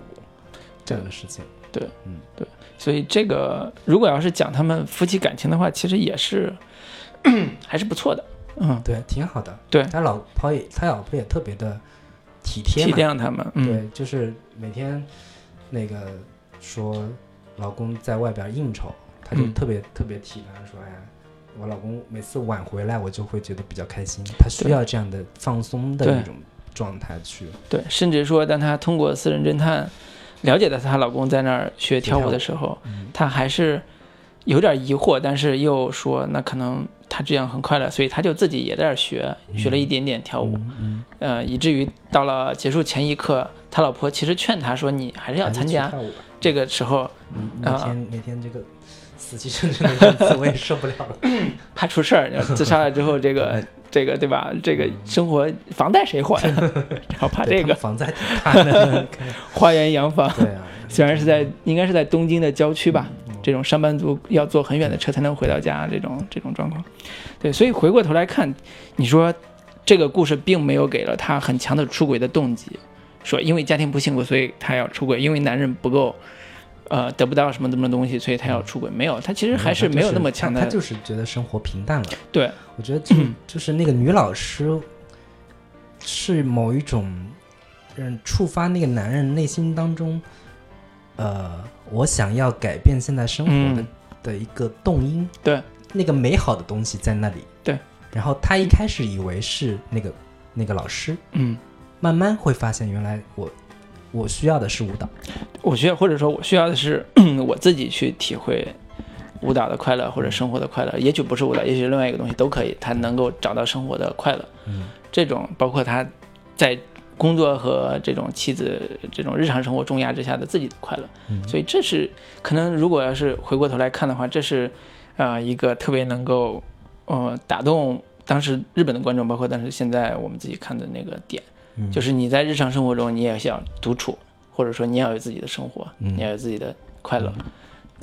这样的事情。
所以这个如果要是讲他们夫妻感情的话，其实也是 还是不错的。嗯，
对，挺好的。
对
他老婆也他老婆也特别的体贴
体
嘛，
谅他们。嗯，
对，就是每天那个说老公在外边应酬，她就
嗯
特别、特别体谅，说哎呀，我老公每次晚回来，我就会觉得比较开心，他需
对
要这样的放松的
对
一种状态去
对，甚至说，当她通过私人侦探了解到她老公在那儿学跳舞的时候，
嗯
她还是有点疑惑，但是又说那可能她这样很快乐，所以她就自己也在那儿学，学了一点点跳舞，
嗯，
呃，以至于到了结束前一刻，他老婆其实劝他说：“你还是要
还是
参
去
加。
跳舞吧”嗯
这个时候
每
啊
天每天这个死气沉沉的样子，我也受不了了。
怕出事儿，你知道自杀了之后，这 个这个对吧？这
嗯
个生活房贷谁还？然后怕这
对他们
个
房子还挺大的，
花园洋房。
对啊，
虽然是在应该是在东京的郊区吧，这种上班族要坐很远的车才能回到家，这种这种状况，对，所以回过头来看，你说这个故事并没有给了他很强的出轨的动机，说因为家庭不幸福，所以他要出轨，因为男人不够，呃，得不到什么什么东西，所以他要出轨，没有，他其实还是没有那么强
嗯他
的，嗯
就是觉得生活平淡了。
对，
我觉得就就是那个女老师，是某一种嗯触发那个男人内心当中，呃，我想要改变现在生活的、
嗯
的一个动因。
对，
那个美好的东西在那里。
对，
然后他一开始以为是那个那个老师，
嗯，
慢慢会发现原来我我需要的是舞蹈。
我需要或者说我需要的是嗯我自己去体会。舞蹈的快乐或者生活的快乐，也许不是舞蹈，也许另外一个东西都可以。他能够找到生活的快乐，
嗯，
这种包括他在工作和这种妻子这种日常生活重压之下的自己的快乐，
嗯
所以这是可能如果要是回过头来看的话，这是呃一个特别能够呃打动当时日本的观众，包括当时现在我们自己看的那个点，
嗯
就是你在日常生活中你也想独处，或者说你要有自己的生活，
嗯
你要有自己的快乐，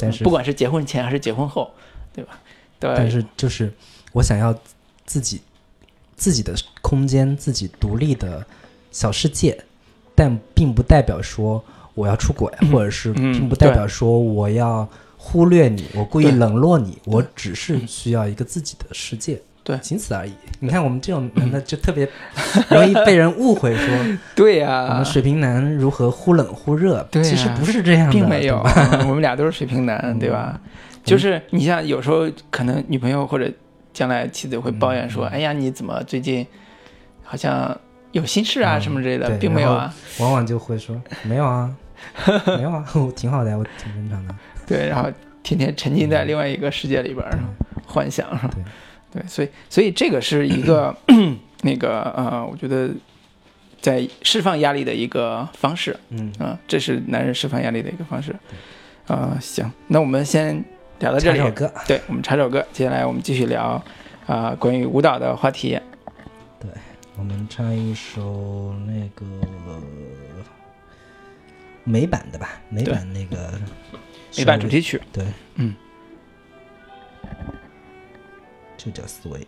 但是
不管是结婚前还是结婚后，对吧？对，
但是就是我想要自己自己的空间，自己独立的小世界，但并不代表说我要出轨，或者是
嗯
并不代表说我要忽略你，我故意冷落你，我只是需要一个自己的世界。
嗯对嗯
仅此而已。你看我们这种男的就特别容易被人误会说，
对呀、
我们水瓶男如何忽冷忽热，
对
其实
呀
不是这样的，
并没有
对吧， 嗯
我们俩都是水瓶男，对吧？就是你像有时候可能女朋友或者将来妻子会抱怨说：“
嗯
哎呀，你怎么最近好像有心事啊
嗯
什么之类的
对？”
并没有啊，
往往就 会说没有啊，没有啊， 我挺好的呀，我挺正常的。
对，然后天天沉
嗯
浸在另外一个世界里边儿幻想，对，所以所以这个是一 个那个呃，我觉得在释放压力的一个方式，
嗯，
啊、这是男人释放压力的一个方式。啊、行，那我们先聊到这
唱
里
首。歌，
对，我们插首歌，接下来我们继续聊啊、关于舞蹈的话题。
我们唱一首那个美版的吧，美版那个
美版主题曲，
对，
嗯，
就叫思维。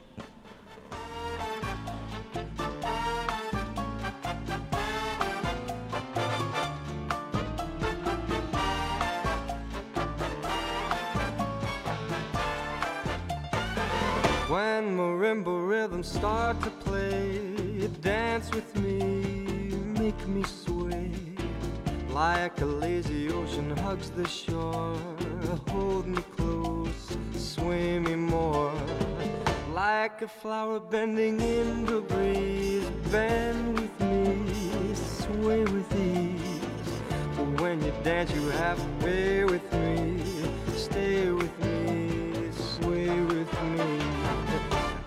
When marimba rhythms start to play, dance with me, make me sway. Like a lazy ocean hugs the shore, hold me close, sway me more. Like a flower bending in the breeze, bend with me, sway with ease. When you dance, you have a way with me, stay with me, sway with me.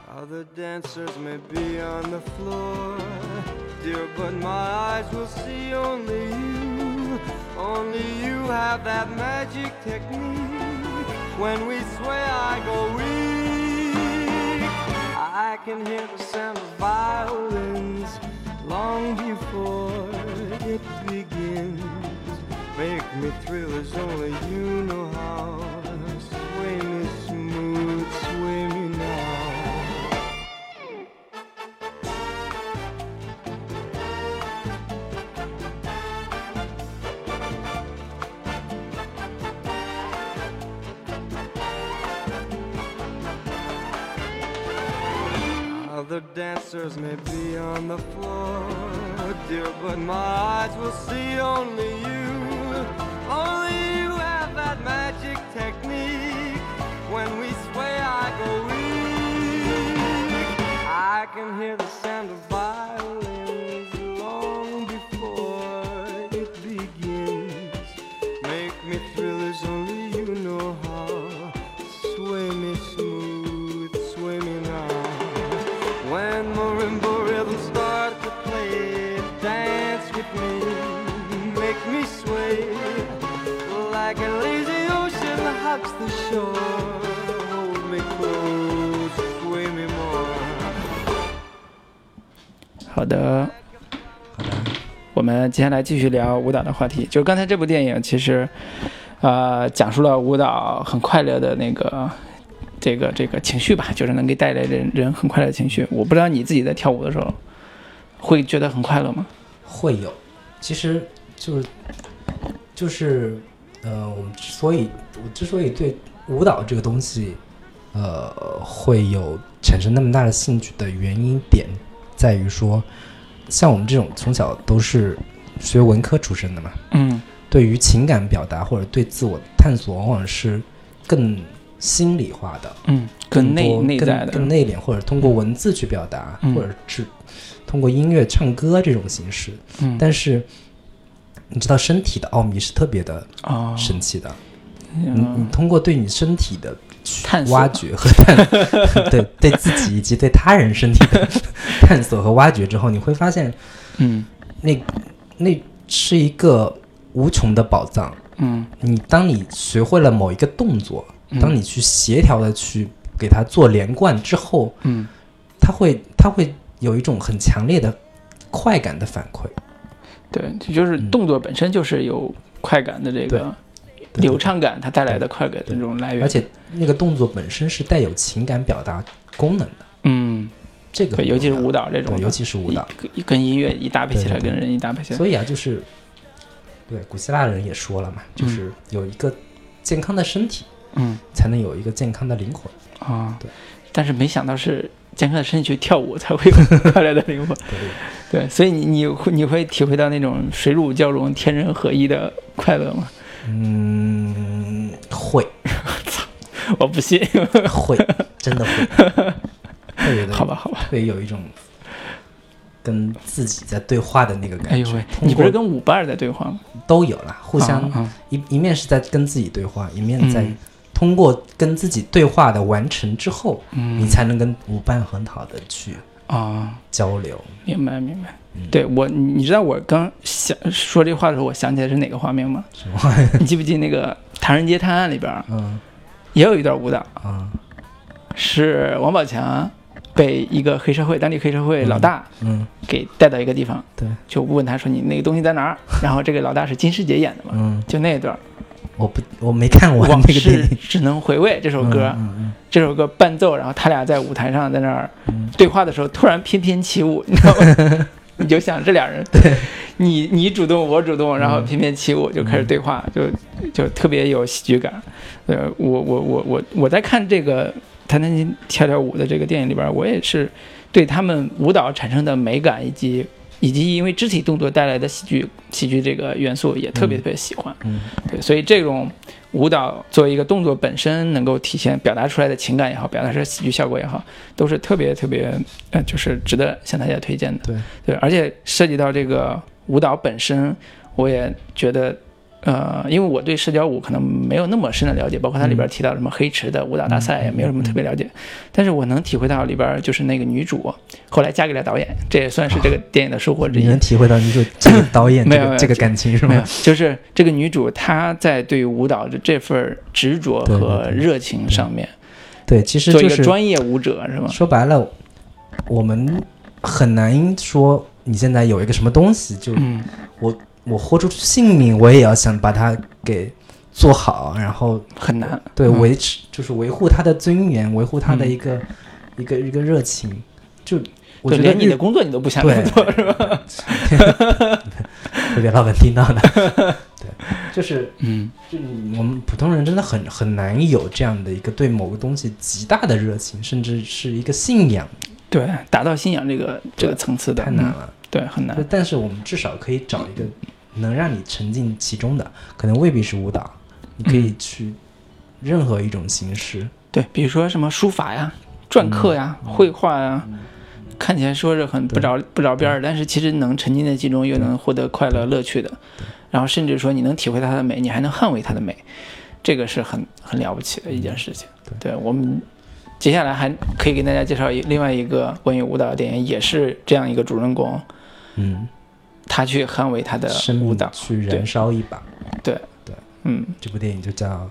Other dancers may be on the floor, dear, but my eyes will see only you. Only you have that magic technique. When we sway, I go weak. I can hear the sound of violins long before it begins. Make me thrill as only you know how. Sway me smooth, sway me now. Other dancers may be on the floor, dear, but my eyes will see only you. Only you have that magic technique. When we sway, I go weak. I can hear the sound of violins long before it begins. Make me thrill as only you know how. Sway me smooth, sway me now. When marimba rhythms start to play, dance with me, make me sway. Like a lazy ocean hugs the shore, hold me close, sway me more.
好的，我们接下来继续聊舞蹈的话题。就是刚才这部电影其实，呃，讲述了舞蹈很快乐的那个。这个这个情绪吧，就是能给带来人人很快乐的情绪。我不知道你自己在跳舞的时候，会觉得很快乐吗？
会有，其实就是就是呃，我们之所以我之所以对舞蹈这个东西，呃，会有产生那么大的兴趣的原因点，在于说，像我们这种从小都是学文科出身的嘛，
嗯，
对于情感表达或者对自我探索，往往是更心里化的，
嗯，更内
多
内在的，
更更内敛，或者通过文字去表达，
嗯
或者是通过音乐、唱歌这种形式。
嗯，
但是你知道，身体的奥秘是特别的
哦，
神奇的。你你
嗯，
通过对你身体的去
探索
挖掘和探， 对对自己以及对他人身体 的探索和挖掘之后，你会发现
嗯
那那是一个无穷的宝藏。
嗯，
你当你学会了某一个动作，
嗯
当你去协调的去给它做连贯之后，
嗯，
它会它会有一种很强烈的快感的反馈，
对，这就是
嗯
动作本身就是有快感的这个
对
流畅感，它带来的快感的这种来源。
而，且那个动作本身是带有情感表达功能的，
嗯，
这个
对，尤其是舞
蹈
蹈嗯这种
对，
的，
尤其是舞蹈，
一跟音乐一搭配起来，
对对对
跟人一搭配起来，
所以啊，就是对古希腊人也说了嘛，就是有一个健康的身体，
嗯
才能有一个健康的灵魂。
啊
对，
但是没想到是健康的身体去跳舞，才会 有快乐的灵魂。
对
对，所以你你会你会体会到那种水乳交融、天人合一的快乐吗？
嗯， 会
我不信。
会，真的会，会有的，
好吧，好吧。
会有一种跟自己在对话的那个
哎
感
呦
觉。
喂，
通
你不是
过
跟舞伴儿在对话吗？
都有啦，互相、
啊啊
一一面是在跟自己对话，一面在
嗯
通过跟自己对话的完成之后，你
嗯
才能跟舞伴很好的去
啊，
交流。
明白明白
嗯。
对我，你你知道我刚想说这话的时候，我想起来是哪个画面吗？
什么玩意儿？
你记不记那个《唐人街探案》里边儿
嗯
也有一段舞蹈，
啊
是王宝强被一个黑社会当地黑社会老大
嗯
给带到一个地方，
对，
就问他说你那个东西在哪儿？然后这个老大是金世杰演的嘛，
嗯，
就那一段儿
我不我没看完
往
那个电
事
影。
只能回味这首歌，
嗯
这首歌伴奏，然后他俩在舞台上在那儿
嗯嗯
对话的时候，突然翩翩起舞，你知道吗？你就想这俩人，对， 你你主动我主动，然
嗯
后翩翩起舞就开始对话，就就特别有喜剧感。呃，我我我我我在看这个《弹弹琴跳跳舞》的这个电影里边，我也是对他们舞蹈产生的美感以及。以及因为肢体动作带来的喜剧喜剧这个元素也特别
嗯
特别喜欢，
嗯
对，所以这种舞蹈作为一个动作本身能够体现表达出来的情感也好，表达出来的喜剧效果也好，都是特别特别呃，就是值得向大家推荐的。
对
对，而且涉及到这个舞蹈本身，我也觉得。呃，因为我对社交舞可能没有那么深的了解，包括它里
嗯
边提到什么黑池的舞蹈大赛，也没有什么特别了解。但是我能体会到里边就是那个女主后来嫁给了导演，这也算是这个电影的收获之
啊你
一。
能体会到你就这个导演
没
这
有没
个
有
这个感情是
没有
吗？，
就是这个女主她在对舞蹈的这份执着
对对
和
对
热情上面，
对，其实
做一
就
个
是
专业舞者是吗？
说白了，我们很难说你现在有一个什么东西，就
嗯，
我豁出去性命，我也要想把它给做好，然后
很难。
对
嗯
维持、就是维护它的尊严，维护它的一个、一个一个热情。就我
对
觉得
连你的
日
工作你都不想这么
对
做是吧？
会被老板听到的，对，就是
嗯，
就你我们普通人真的很很难有这样的一个对某个东西极大的热情，甚至是一个信仰，
对，达到信仰这个这个层次的
太难
嗯
了。
对，很难
就。但是我们至少可以找一个能让你沉浸其中的，可能未必是舞蹈，你可
嗯
以去任何一种形式。
对，比如说什么书法呀、篆刻呀、绘画呀，看起来说是很不着不着边儿，但是其实能沉浸在其中，又能获得快乐乐趣的。然后甚至说你能体会它的美，你还能捍卫它的美，这个是很很了不起的一件事情。嗯对我们接下来还可以给大家介绍一另外一个关于舞蹈的电影，也是这样一个主人公，
嗯，
他去捍卫他的
生
舞
命
蹈。
去
对
燃烧一把。
嗯，
这部电影就叫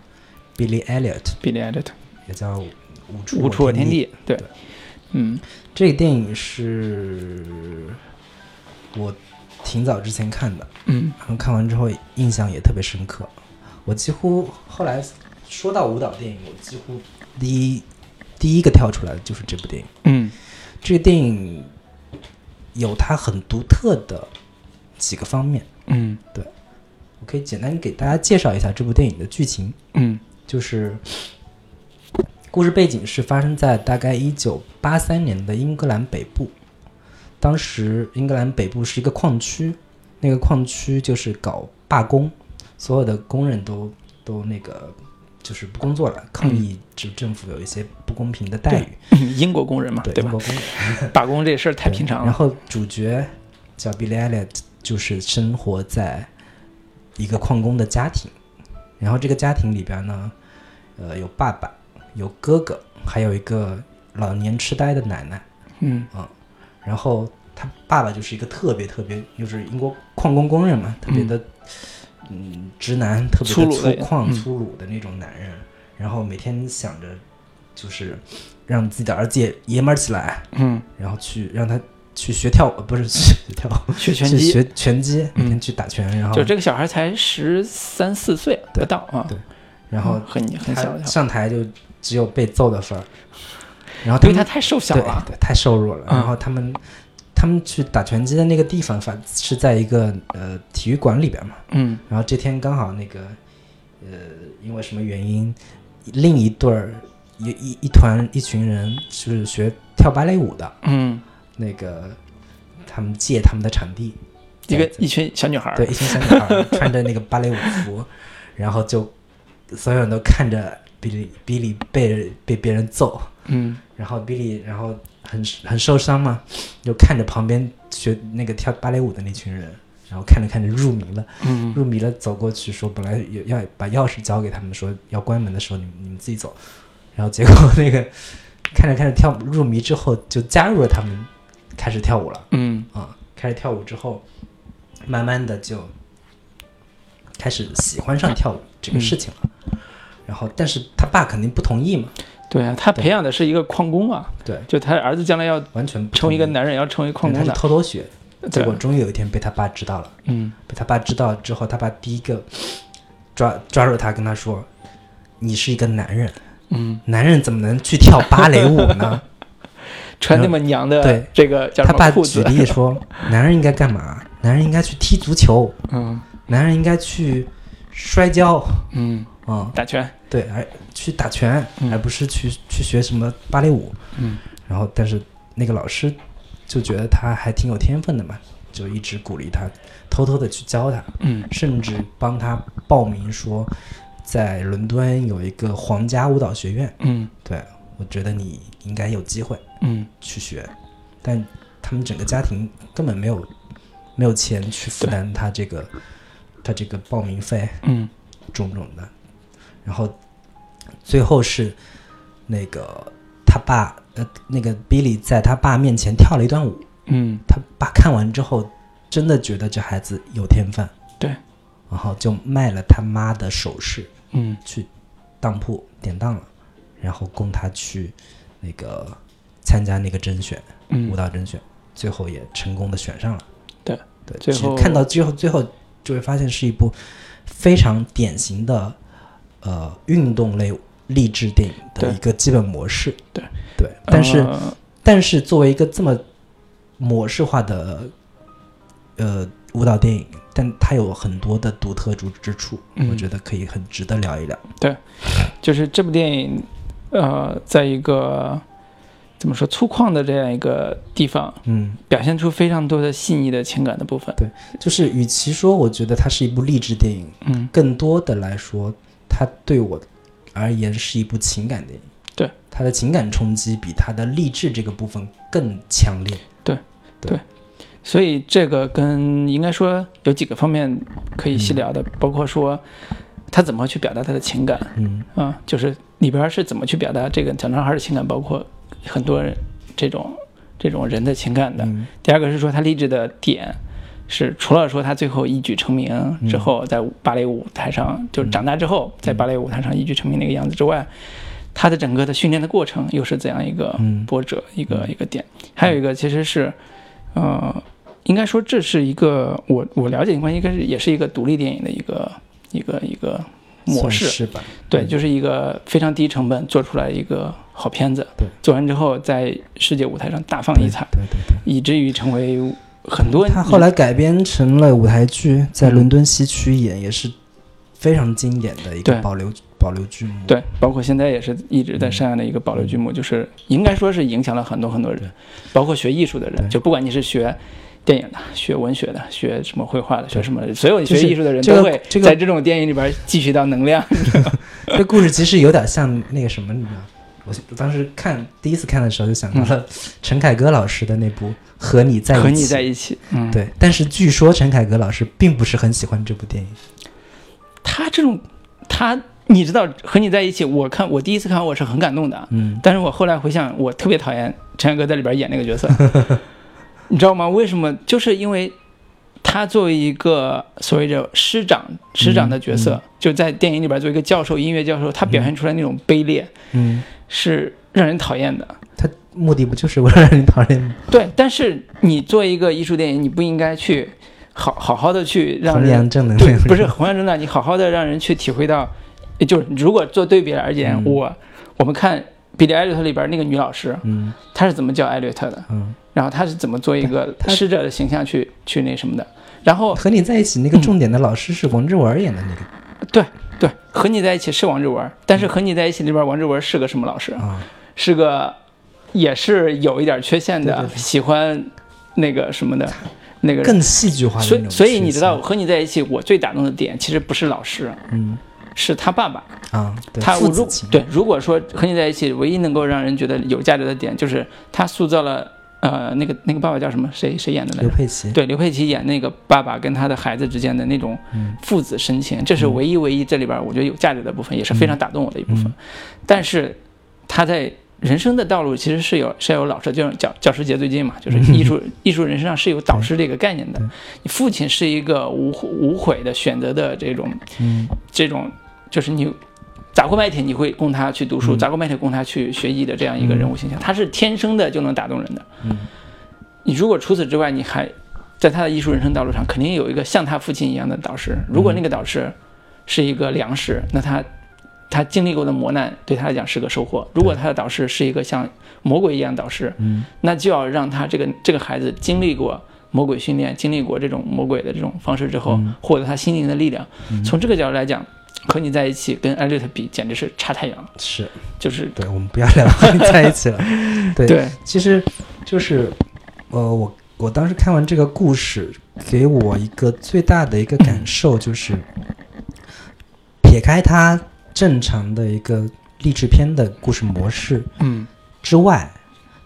《Billy Elliot》，
比利艾略特，
也叫《舞
《
出
无处
我
我天
地》。
地》。对，嗯
这个电影是我挺早之前看的，
嗯
然后看完之后印象也特别深刻。我几乎后来说到舞蹈电影，我几乎第一第一个跳出来的就是这部电影。
嗯
这个电影有它很独特的几个方面，
嗯
我可以简单给大家介绍一下这部电影的剧情。
嗯
就是故事背景是发生在大概一九八三年的英格兰北部，当时英格兰北部是一个矿区，那个矿区就是搞罢工，所有的工人都都那个就是不工作了，抗议就政府有一些不公平的待遇，
嗯， 英国工人嘛，
对
对
英
吧？
国工人
罢工这事儿太平常
对然
了。
后主角叫 Billy Elliot，就是生活在一个矿工的家庭，然后这个家庭里边呢，呃，有爸爸，有哥哥，还有一个老年痴呆的奶奶。
嗯
然后他爸爸就是一个特别特别，就是英国矿工工人嘛，特别的，嗯，直男，特别
粗
的
鲁的
粗犷、
嗯
粗鲁的那种男人。然后每天想着，就是让自己的儿子也爷们儿起来，
嗯，
然后去让他去学跳舞，呃不是 去学跳舞，
学 拳
去
击，嗯
学拳击，每天去打拳，然后
就这个小孩才十三四岁不
对
到啊，
对然后
嗯很很小
他
的小孩，
上台就只有被揍的份儿，然后
因
他
为
们
他太瘦小
对
了。
对，太瘦弱了。
嗯
然后他们他们去打拳击的那个地方，反是在一个呃体育馆里边嘛。
嗯
然后这天刚好那个呃因为什么原因，另一对儿一一一团一群人是学跳芭蕾舞的，
嗯，
那个他们借他们的场地，
一个
在
一群小女孩儿，
对，一群小女孩儿穿着那个芭蕾舞服，然后就所有人都看着比利比利被被别人揍，
嗯
然后比利然后很很受伤嘛，就看着旁边学那个跳芭蕾舞的那群人，然后看着看着入迷了，
嗯
入迷了走过去说本来有要把钥匙交给他们说要关门的时候你们你们自己走，然后结果那个看着看着跳入迷之后就加入了他们开始跳舞了。
嗯
啊，开始跳舞之后，慢慢的就开始喜欢上跳舞这个
嗯
事情了。然后，但是他爸肯定不同意嘛，
对啊，他
对
培养的是一个矿工啊，
对，
就他儿子将来要
完全不
成为一
同
个
意
男人，要成为矿
因为
工
他
的
是，偷偷学，结
对
果终于有一天被他爸知道了。
嗯
被他爸知道之后，他爸第一个抓抓住他，跟他说：“你是一个男人，
嗯，
男人怎么能去跳芭蕾舞呢？”
穿那么娘的
对
这个 叫
他
什
爸
么裤
举
子，
例说：“男人应该干嘛？男人应该去踢足球，
嗯
男人应该去摔跤
嗯，
啊。嗯”
打拳，
对，而去打拳，
嗯
而不是去去学什么芭蕾舞。
嗯
然后，但是那个老师就觉得他还挺有天分的嘛，就一直鼓励他，偷偷的去教他，
嗯
甚至帮他报名说，在伦敦有一个皇家舞蹈学院，
嗯
对我觉得你应该有机会
嗯，
去学，但他们整个家庭根本没有没有钱去负担他这个他这个报名费，
嗯
种种的，然后最后是那个他爸呃那个 Billy 在他爸面前跳了一段舞，
嗯
他爸看完之后真的觉得这孩子有天分，
对，
然后就卖了他妈的首饰
嗯
去当铺典当了，然后供他去那个参加那个甄选舞
嗯，
蹈甄选，最后也成功的选上了。
对
对，
最
其实
后
看到最后，最后就会发现是一部非常典型的呃运动类励志电影的
对
一个基本模式。
对
对，但是、
呃
但是作为一个这么模式化的呃舞蹈电影，但它有很多的独特之之处，
嗯
我觉得可以很值得聊一聊。
就是这部电影，呃，在一个怎么说粗犷的这样一个地方，
嗯，
表现出非常多的细腻的情感的部分。
就是与其说我觉得它是一部励志电影，
嗯，
更多的来说，它对我而言是一部情感电影。
对，
它的情感冲击比它的励志这个部分更强烈。
所以这个跟应该说有几个方面可以细聊的，包括说他怎么去表达他的情感
嗯
啊，就是里边是怎么去表达这个小男孩的情感，包括很多人这种这种人的情感的。
嗯
第二个是说他励志的点。是，除了说他最后一举成名之后，在芭蕾舞台上、就是长大之后，在芭蕾舞台上一举成名那个样子之外，他的整个的训练的过程又是怎样一个
嗯
波折，一个一个点。还有一个其实是，呃，应该说这是一个我我了解情况，应该是也是一个独立电影的一个一个一个模式
算，是吧？嗯
对，就是一个非常低成本做出来一个好片子，
对，
做完之后在世界舞台上大放异彩，
对对对。
以至于成为很多
它后来改编成了舞台剧，在伦敦西区演，也是非常经典的一个
对
保留保留剧目。
对，包括现在也是一直在上映的一个保留剧目，就是应该说是影响了很多很多人
对，
包括学艺术的人，
对
就不管你是学。电影的、学文学的、学什么绘画的、
对
学什么的，所有
就
学
是
艺术的人
这个
都会
这个
在这种电影里边汲取到能量。
这故事其实有点像那个什么，你知道？我我当时看第一次看的时候，就想到了陈凯歌老师的那部《和你在一起》。
和你在一起，嗯，，
对，但是据说陈凯歌老师并不是很喜欢这部电影。
他这种，他你知道和你在一起，我看我第一次看我是很感动的，啊
嗯
但是我后来回想，我特别讨厌陈凯歌在里边演那个 角色，你知道吗？为什么？就是因为他作为一个所谓的师长师长的角色，
嗯
就在电影里边作为一个教授音乐教授，他表现出来那种卑劣、
嗯，
是让人讨厌的。
他目的不就是为了让你讨厌吗？
对，但是你做一个艺术电影，你不应该去好好好的去让
弘
人
扬正能
对
量？，
不是弘扬正道，你好好的让人去体会到，也就是如果做对比而言，
嗯
我我们看《比利·艾略特》里边那个女老师，
嗯
她是怎么教艾略特的，
嗯，
然后她是怎么做一个
她
师者的形象去去那什么的，然后
哦和你在一起那个重点的老师是王志文演的那个。
对对，和你在一起是王志文，但是和你在一起里边王志文是个什么老师？
啊，
是个也是有一点缺陷的，
对对对
喜欢那个什么的那个人。
更戏剧化的
所
那
以，
种
所以你
事
知
情
道，，和你在一起，我最打动的点其实不是老师，
嗯
是他爸爸。
啊，对
他
父
如
子情
对，如果说和你在一起，唯一能够让人觉得有价值的点，就是他塑造了呃那个那个爸爸叫什么？谁谁演的来
刘
着？
佩琦，
对，刘佩琦演那个爸爸跟他的孩子之间的那种
嗯
父子深情，这是唯一唯一这里边我觉得有价值的部分，也是非常打动我的一部分。
嗯
但是他在人生的道路其实是有是有老师，就是教教师节最近嘛， 就是艺术、艺术人生上是有导师这个概念的
对。
你父亲是一个无无悔的选择的这种
嗯
这种，就是你。砸锅卖铁，你会供他去读
嗯
书；砸锅卖铁供他去学艺的这样一个人物形象，他是天生的就能打动人的。
嗯
你如果除此之外，你还在他的艺术人生道路上，肯定有一个像他父亲一样的导师。如
嗯
果那个导师是一个良师，那他他经历过的磨难对他来讲是个收获；如果他的导师是一个像魔鬼一样的导师，
嗯
那就要让他这个这个孩子经历过魔鬼训练，经历过这种魔鬼的这种方式之后，
嗯
获得他心灵的力量。
嗯
从这个角度来讲，和你在一起跟艾略特比，简直是差太远了。
是
就是
对，我们不要聊婚姻在一 起了，对，
对，
其实就是，呃，我我当时看完这个故事，给我一个最大的一个感受就是，撇开它正常的一个励志片的故事模式
嗯
之外，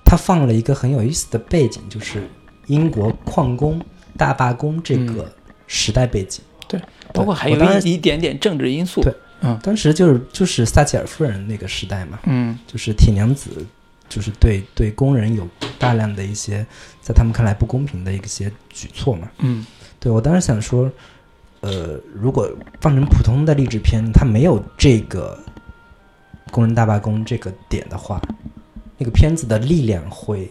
它放了一个很有意思的背景，就是英国矿工大罢工这个时代背景。
对，包括还有
我当时
一一点点政治因素。
对当时就是就是撒切尔夫人那个时代嘛，
嗯
就是铁娘子，就是对对工人有大量的一些在他们看来不公平的一些举措嘛。
嗯。
对我当时想说，呃，如果放成普通的励志片，它没有这个工人大罢工这个点的话，那个片子的力量会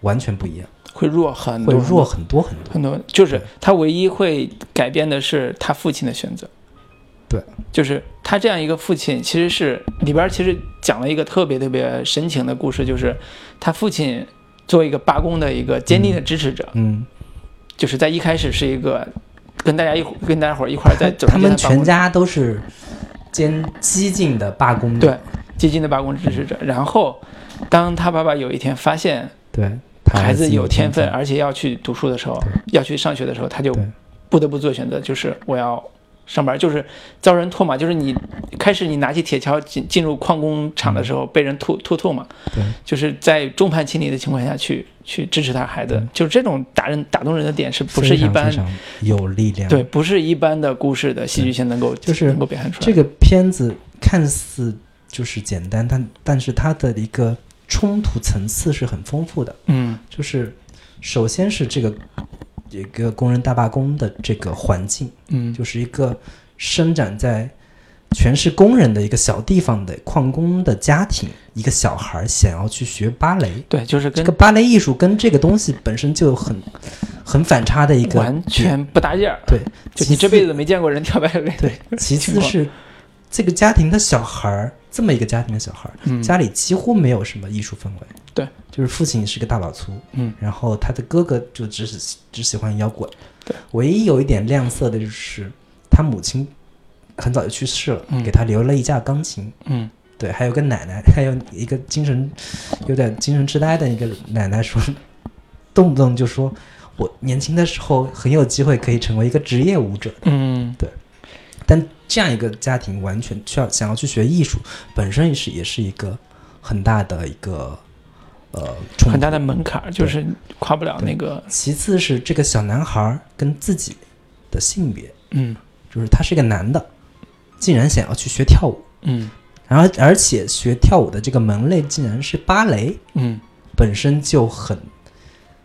完全不一样，
会弱很
会
多，
弱很多很多。
很多。就是
对
他唯一会改变的是他父亲的选择。
对，
就是他这样一个父亲，其实是里边其实讲了一个特别特别深情的故事，就是他父亲作为一个罢工的一个坚定的支持者，
嗯，
就是在一开始是一个跟大家一伙跟大家伙儿一块儿在走
他
上街头
们
罢工
全家都是坚激进的罢工者
对激进的罢工支持者。然后，当他爸爸有一天发现
对，他
孩子有天分，
而
而且要去读书的时候
对，
要去上学的时候，他就
对
不得不做选择，就是我要上班，就是遭人唾骂，就是你开始你拿起铁锹进进入矿工厂的时
嗯
候，被人吐吐唾嘛，
对
就是在众叛亲离的情况下去去支持他孩子，就是这种打人打动人的点是不是一般
非？常有力量？
对，，不是一般的故事的戏剧性能够
就是
能够表现出来。
这个片子看似就是简单，但但是它的一个冲突层次是很丰富的。
嗯
就是首先是这个一个工人大罢工的这个环境，
嗯
就是一个生长在全是工人的一个小地方的矿工的家庭，一个小孩儿想要去学芭蕾。
对，就是
这
跟
个芭蕾艺术跟这个东西本身就有很很反差的一个
完全不搭界儿。
对，嗯
就
其
你这
次
辈子没见过人跳芭蕾，
对，其
情
次
况
是这个家庭的小孩儿，这么一个家庭的小孩儿，
嗯
家里几乎没有什么艺术氛围。
对，
就是父亲是个大老粗，
嗯，
然后他的哥哥就只喜只喜欢摇滚。
对，
唯一有一点亮色的就是他母亲很早就去世了，
嗯
给他留了一架钢琴。
嗯
对，还有个奶 奶，还有一个精神有点精神痴呆的一个奶奶说， 动不动就说我年轻的时候很有机会可以成为一个职业舞者。
嗯
但这样一个家庭完全需要想要去学艺术，本身也是也是一个很大的一个呃冲突
很大的。门槛儿，就是跨不了
对
那个，
其次是这个小男孩儿跟自己的性别，
嗯
就是他是个男的，竟然想要去学跳舞，
嗯
然后而且学跳舞的这个门类竟然是芭蕾，
嗯，
本身就很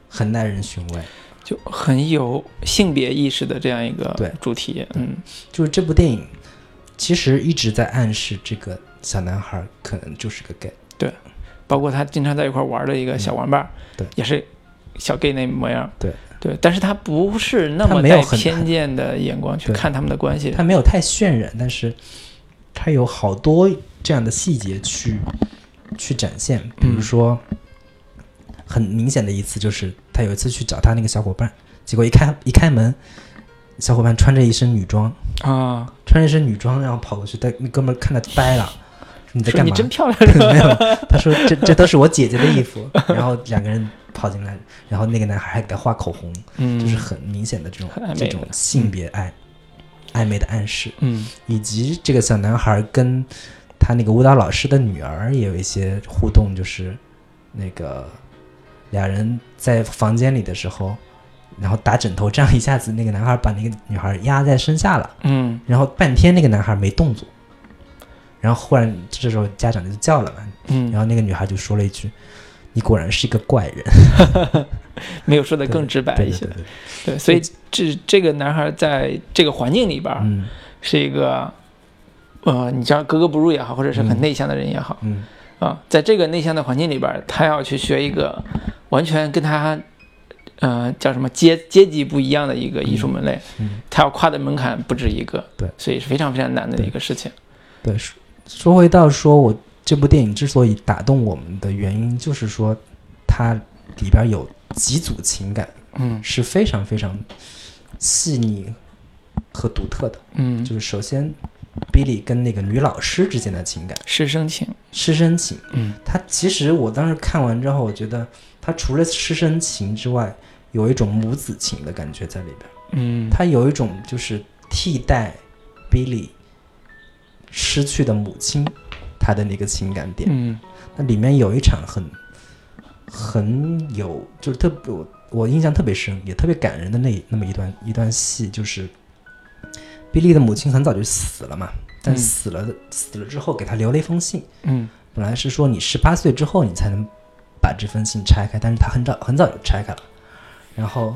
很耐人寻味。
就很有性别意识的这样一个
对
主题，嗯
就是这部电影其实一直在暗示这个小男孩儿可能就是个 gay。
包括他经常在一块儿玩的一个小玩伴儿，
嗯对
也是小 gay 那模样，
对
对，但是他不是那
他
么
没有
带
很
偏见的眼光去
对
看他们的关系，
它没有太渲染，但是它有好多这样的细节去去展现，比
嗯
如说、很明显的一次就是他有一次去找他那个小伙伴，结果一开一开门，小伙伴穿着一身女装，
啊，
穿穿一身女装，然后跑过去，但那哥们儿看他掰了，说你在
说
干
你
嘛？
真漂亮，是吧
没有，他说这这都是我姐姐的衣服。然后两个人跑进来，然后那个男孩还给他画口红，
嗯，
就是很明显的这种
很暧昧的
这种性别暧暧昧的暗示，
嗯
以及这个小男孩跟他那个舞蹈老师的女儿也有一些互动，就是那个俩人在房间里的时候，然后打枕头，这样一下子那个男孩把那个女孩压在身下了。
嗯
然后半天那个男孩没动作，然后忽然这时候家长就叫了嘛，然
嗯，
后那个女孩就说了一句：“你果然是一个怪人。
没有说的更直”白
对
一
对
些
对，对，
对，所以这这个男孩在这个环境里边儿
嗯
是一个，呃，你叫格格不入也好，或者是很
嗯
内向的人也好
嗯
啊，在这个内向的环境里边儿，他要去学一个完全跟他。呃，叫什么阶阶级不一样的一个艺术门类，
嗯，
他要跨的门槛不止一个，
对
所以是非常非常难的
对
一个事情。
对。说说回到说我这部电影之所以打动我们的原因，就是说它里边有几组情感
嗯
是非常非常细腻和独特的，
嗯，
就是首先。Billy 跟那个女老师之间的情感
师生情，
师生情，
嗯
他其实我当时看完之后，我觉得他除了师生情之外，有一种母子情的感觉在里边。
嗯，
他有一种就是替代 Billy 失去的母亲，他的那个情感点。
嗯
那里面有一场很很有，就是特别我我印象特别深，也特别感人的那那么一段一段戏，就是比利的母亲很早就死了嘛，但
嗯
死了、死了之后给他留了一封信，
嗯
本来是说你十八岁之后你才能把这封信拆开，但是他很早很早就拆开了，然后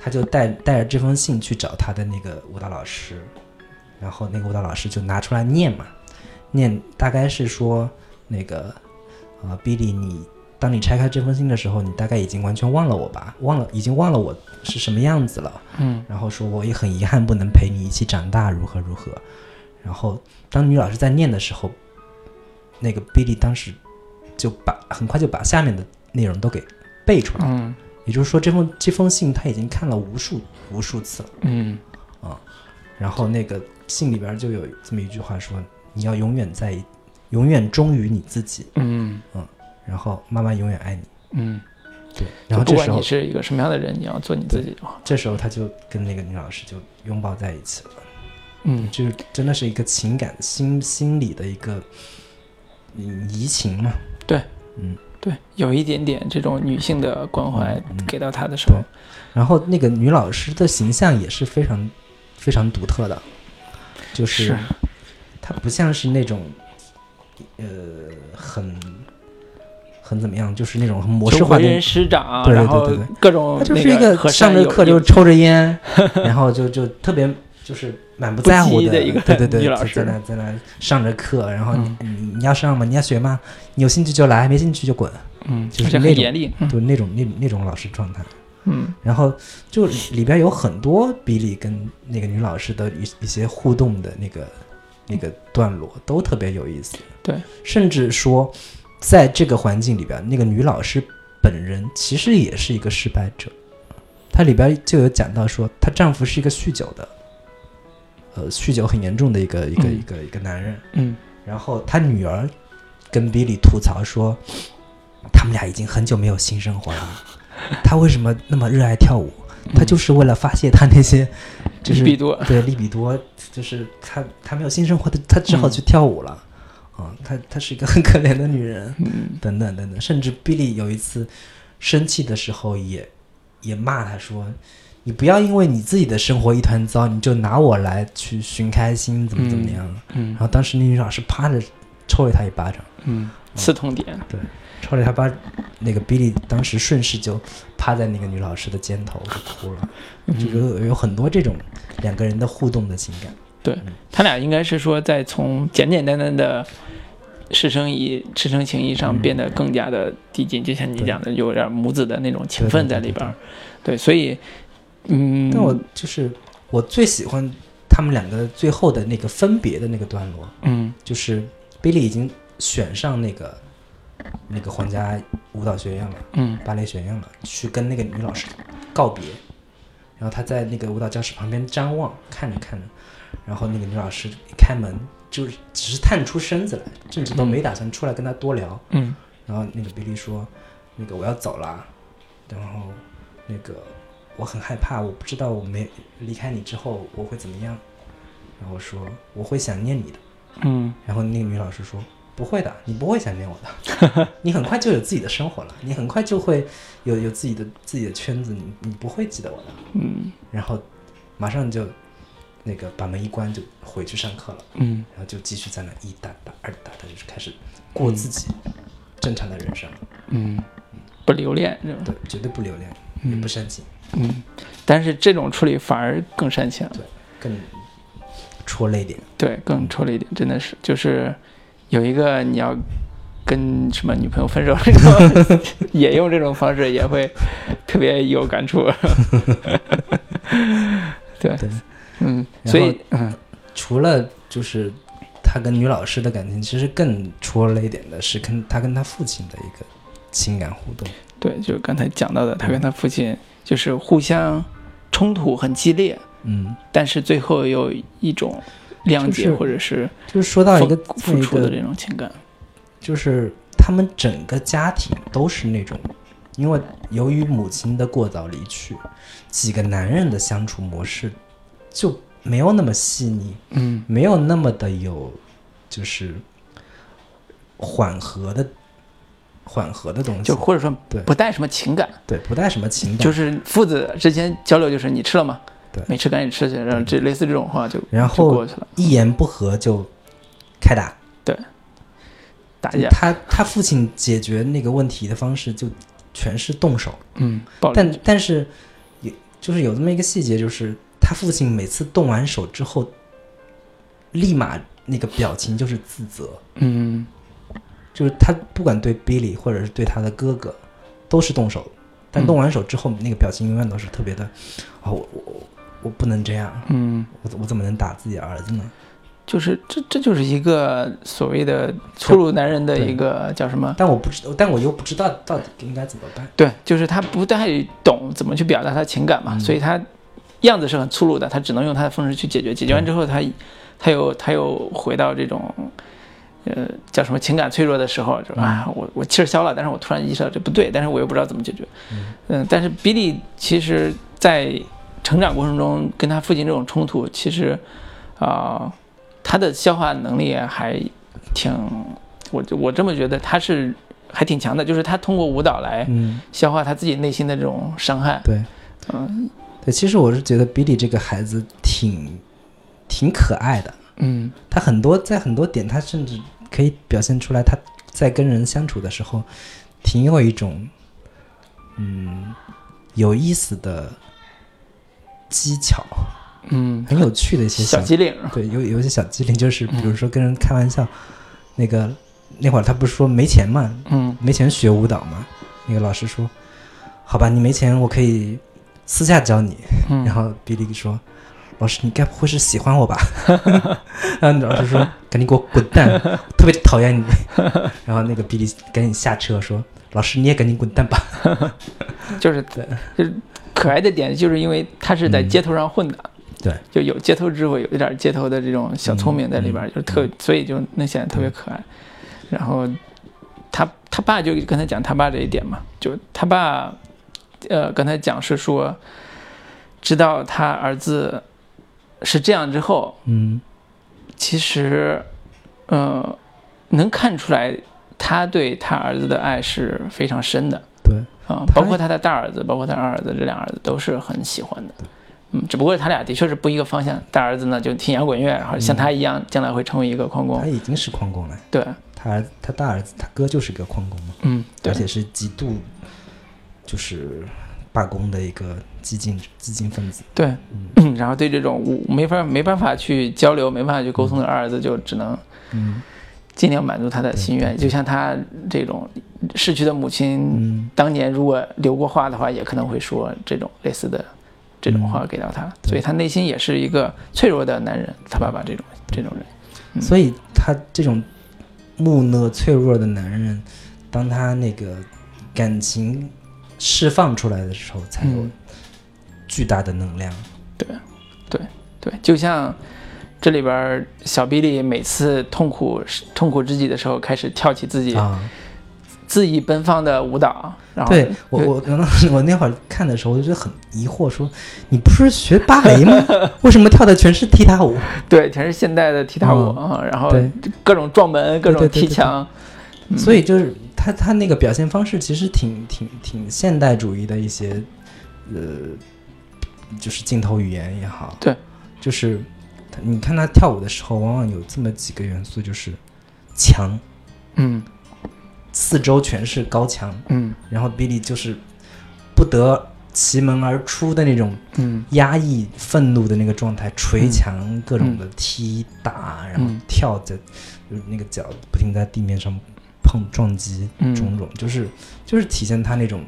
他就带带着这封信去找他的那个舞蹈老师，然后那个舞蹈老师就拿出来念嘛，念大概是说那个呃，Billy，你当你拆开这封信的时候，你大概已经完全忘了我吧，忘了已经忘了我是什么样子了，
嗯
然后说我也很遗憾不能陪你一起长大，如何如何。然后当女老师在念的时候，那个 Billy 当时就把很快就把下面的内容都给背出来，
嗯
也就是说这封这封信他已经看了无数无数次了。
嗯
然后那个信里边就有这么一句话说：“你要永远在，永远忠于你自己，
嗯
然后妈妈永远爱你。
嗯，”
对，然后
就
这
不
时
管
候
你是一个什么样的人，你要做你自己就好。
这时候他就跟那个女老师就拥抱在一起了。
嗯
就是真的是一个情感心心理的一个嗯移情嘛。
对，有一点点这种女性的关怀
嗯嗯
给到他的时候
对，然后那个女老师的形象也是非常非常独特的，就是
是
她不像是那种呃很很怎么样，就是那种很模式
就
化
为
的
人。师长，啊
对对
然后
对对对
各种
她就
那
是一
个和
上
善
着
有
课
有
就抽着 烟，然后就就特别就是满不在乎
不羁的一个
对对对，
女老
就在
师嗯
那在那上着课，然后你、你你要上吗？你要学吗？你有兴趣就来，没兴趣就滚。
嗯，
就是
而且
那
很
种
严厉，嗯
就那种那那种老师状态。
嗯
然后就里边有很多比利跟那个女老师的一一些互动的那个那个段落都特别有意思。
对，
甚至说在这个环境里边，那个女老师本人其实也是一个失败者。她里边就有讲到说，她丈夫是一个酗酒的，呃，酗酒很严重的一个一个
嗯
一个一个男人。
嗯
然后他女儿跟比利吐槽说，他们俩已经很久没有性生活了。 他为什么那么热爱跳舞？他就是为了发泄他那些， 就是
比多，
对利比多，就是他他没有性生活，他他只好去跳舞了。啊、她她是一个很可怜的女人，
嗯
等等等等。甚至比利有一次生气的时候也，也骂他说：“你不要因为你自己的生活一团糟，你就拿我来去寻开心，怎么怎么样。
嗯
然后当时那女老师啪着抽了他一巴掌，
嗯，刺痛点，
抽了他巴，那个比利当时顺势就趴在那个女老师的肩头就哭了，就
嗯
有有很多这种两个人的互动的情感。
他俩应该是说在从简简单单的师生谊、师生情谊上
嗯
变得更加的递进，就像你
对
讲的，有点母子的那种情
对
分
对
在
对
里
对
边儿。对，所以，嗯，
但我就是我最喜欢他们两个最后的那个分别的那个段落，
嗯
就是比利已经选上那个那个皇家舞蹈学院了。
嗯
芭蕾学院了，去跟那个女老师告别。然后他在那个舞蹈教室旁边张望，看着看着，然后那个女老师一开门，就是只是探出身子来，甚至都没打算出来跟他多聊。
嗯
然后那个比利说：“那个我要走了。”然后那个我很害怕，我不知道我没离开你之后我会怎么样。然后我说我会想念你的。
嗯
然后那个女老师说：“不会的，你不会想念我的，你很快就有自己的生活了，你很快就会有有自己的自己的圈子，你你不会记得我的。
嗯”
然后马上就那个把门一关就回去上课了，
嗯
然后就继续在那一打打二打，他就是开始过自己正常的人生，
嗯，不留恋是吧？
对，绝对不留恋，也
嗯
不煽情，
嗯，但是这种处理反而更煽情，
更戳泪点。
对，更处理一
嗯
点，真的是就是有一个你要跟什么女朋友分手 的时候，也用这种方式，也会特别有感触。 对，
对
嗯，
然
所
后
以嗯
除了就是他跟女老师的感情，其实更戳泪点的是跟他跟他父亲的一个情感互动。
对，就是刚才讲到的，他跟他父亲就是互相冲突很激烈，
嗯，
但是最后有一种谅
就
解
是
或者是
就是说到一个
付
这么
付
一
出的
个，
这种情感。
就是他们整个家庭都是那种，因为由于母亲的过早离去，几个男人的相处模式就没有那么细腻，
嗯
没有那么的有，就是缓和的缓和的东西
就，或者说
对
不带什么情感，
对，不带什么情感，
就是父子之间交流，就是你吃了吗？
对
没吃赶紧吃去，然后这类似这种话就
然
就
后
过去了，
一言不合就开打。
打
就
架，
他他父亲解决那个问题的方式就全是动手。
嗯，暴力，
但但是有就是有这么一个细节，就是他父亲每次动完手之后，立马那个表情就是自责，
嗯
就是他不管对 Billy 或者是对他的哥哥，都是动手，但
嗯
动完手之后那个表情永远都是特别的，啊、我我我我不能这样，
嗯，
我我怎么能打自己的儿子呢？
就是这这就是一个所谓的粗鲁男人的一个叫什么？
但我不知道，但我又不知道到底应该怎么办。
对，就是他不太懂怎么去表达他情感嘛，
嗯
所以他样子是很粗鲁的，他只能用他的方式去解决。解
嗯
决完之后他，他又他又回到这种，呃，叫什么情感脆弱的时候，就
嗯
啊，我我气儿消了，但是我突然意识到这不对，但是我又不知道怎么解决。
嗯
嗯，但是比利其实在成长过程中跟他父亲这种冲突，其实啊、他的消化能力还挺，我我这么觉得，他是还挺强的，就是他通过舞蹈来。
嗯，
消化他自己内心的这种伤害。
对，
嗯
对，其实我是觉得 Billy 这个孩子挺挺可爱的。
嗯
他很多在很多点，他甚至可以表现出来，他在跟人相处的时候，挺有一种嗯有意思的技巧，
嗯，
很有趣的一些
小机灵。
对，有有一些小机灵，就是比如说跟人开玩笑，那个那会儿他不是说没钱嘛，
嗯
没钱学舞蹈嘛，那个老师说，好吧，你没钱，我可以私下教你。然
嗯
后比利说：“老师，你该不会是喜欢我吧？” 然后老师说：“赶紧给我滚蛋，我特别 讨厌你。”然后那个比利赶紧下车说：“老师，你也赶紧滚蛋吧。
就是
对
就是可爱的点，就是因为他是在
嗯
街头上混的。
对，
就有街头智慧，有一点街头的这种小聪明在里边，
嗯
就是特，所以就那显得特别可爱。然后他他爸就跟他讲他爸这一点嘛，就他爸，呃，跟他讲是说，知道他儿子是这样之后，”
嗯
其实，呃，能看出来他对他儿子的爱是非常深的
对，
啊、
他
包括他的大儿子，包括他二儿子，这俩儿子都是很喜欢的。嗯，只不过他俩的确是不一个方向。大儿子呢就听摇滚乐，然后像他一样，将来会成为一个矿工
他。已经是矿工了，
对，
他儿子他大儿子他哥就是个矿工嘛，
嗯，对
而，且是极度就是罢工的一个激进激进分子。
对，嗯， 然后对这种无没法没办法去交流、没办法去沟通的二儿子，就只能
嗯
尽量满足他的心愿。就像他这种逝去的母亲
嗯，
当年如果留过话的话，也可能会说这种类似的这种话给到他，所以他内心也是一个脆弱的男人，他爸爸这种这种人，嗯
所以他这种木讷脆弱的男人，当他那个感情释放出来的时候，才有
嗯
巨大的能量。
对，就像这里边儿小比利每次痛苦痛苦至极的时候，开始跳起自己
啊，
恣意奔放的舞蹈，然后
对我我我 我那会儿看的时候，我就觉得很疑惑说，你不是学芭蕾吗？ 为什么跳的全是踢踏舞？
对全是现代的踢踏舞啊，然后
嗯对
各种撞门，各种
对对对
踢墙，嗯
所以就是他他那个表现方式其实挺挺挺现代主义的一些，呃，就是镜头语言也好，
对，
就是他你看他跳舞的时候，往往有这么几个元素，就是墙，
嗯
四周全是高墙，
嗯
然后比利就是不得其门而出的那种
嗯
压抑愤怒的那个状态，捶墙，各种
嗯
的踢打，然后
嗯
跳在，就是那个脚不停在地面上碰撞击，
嗯
种种，就是就是体现他那种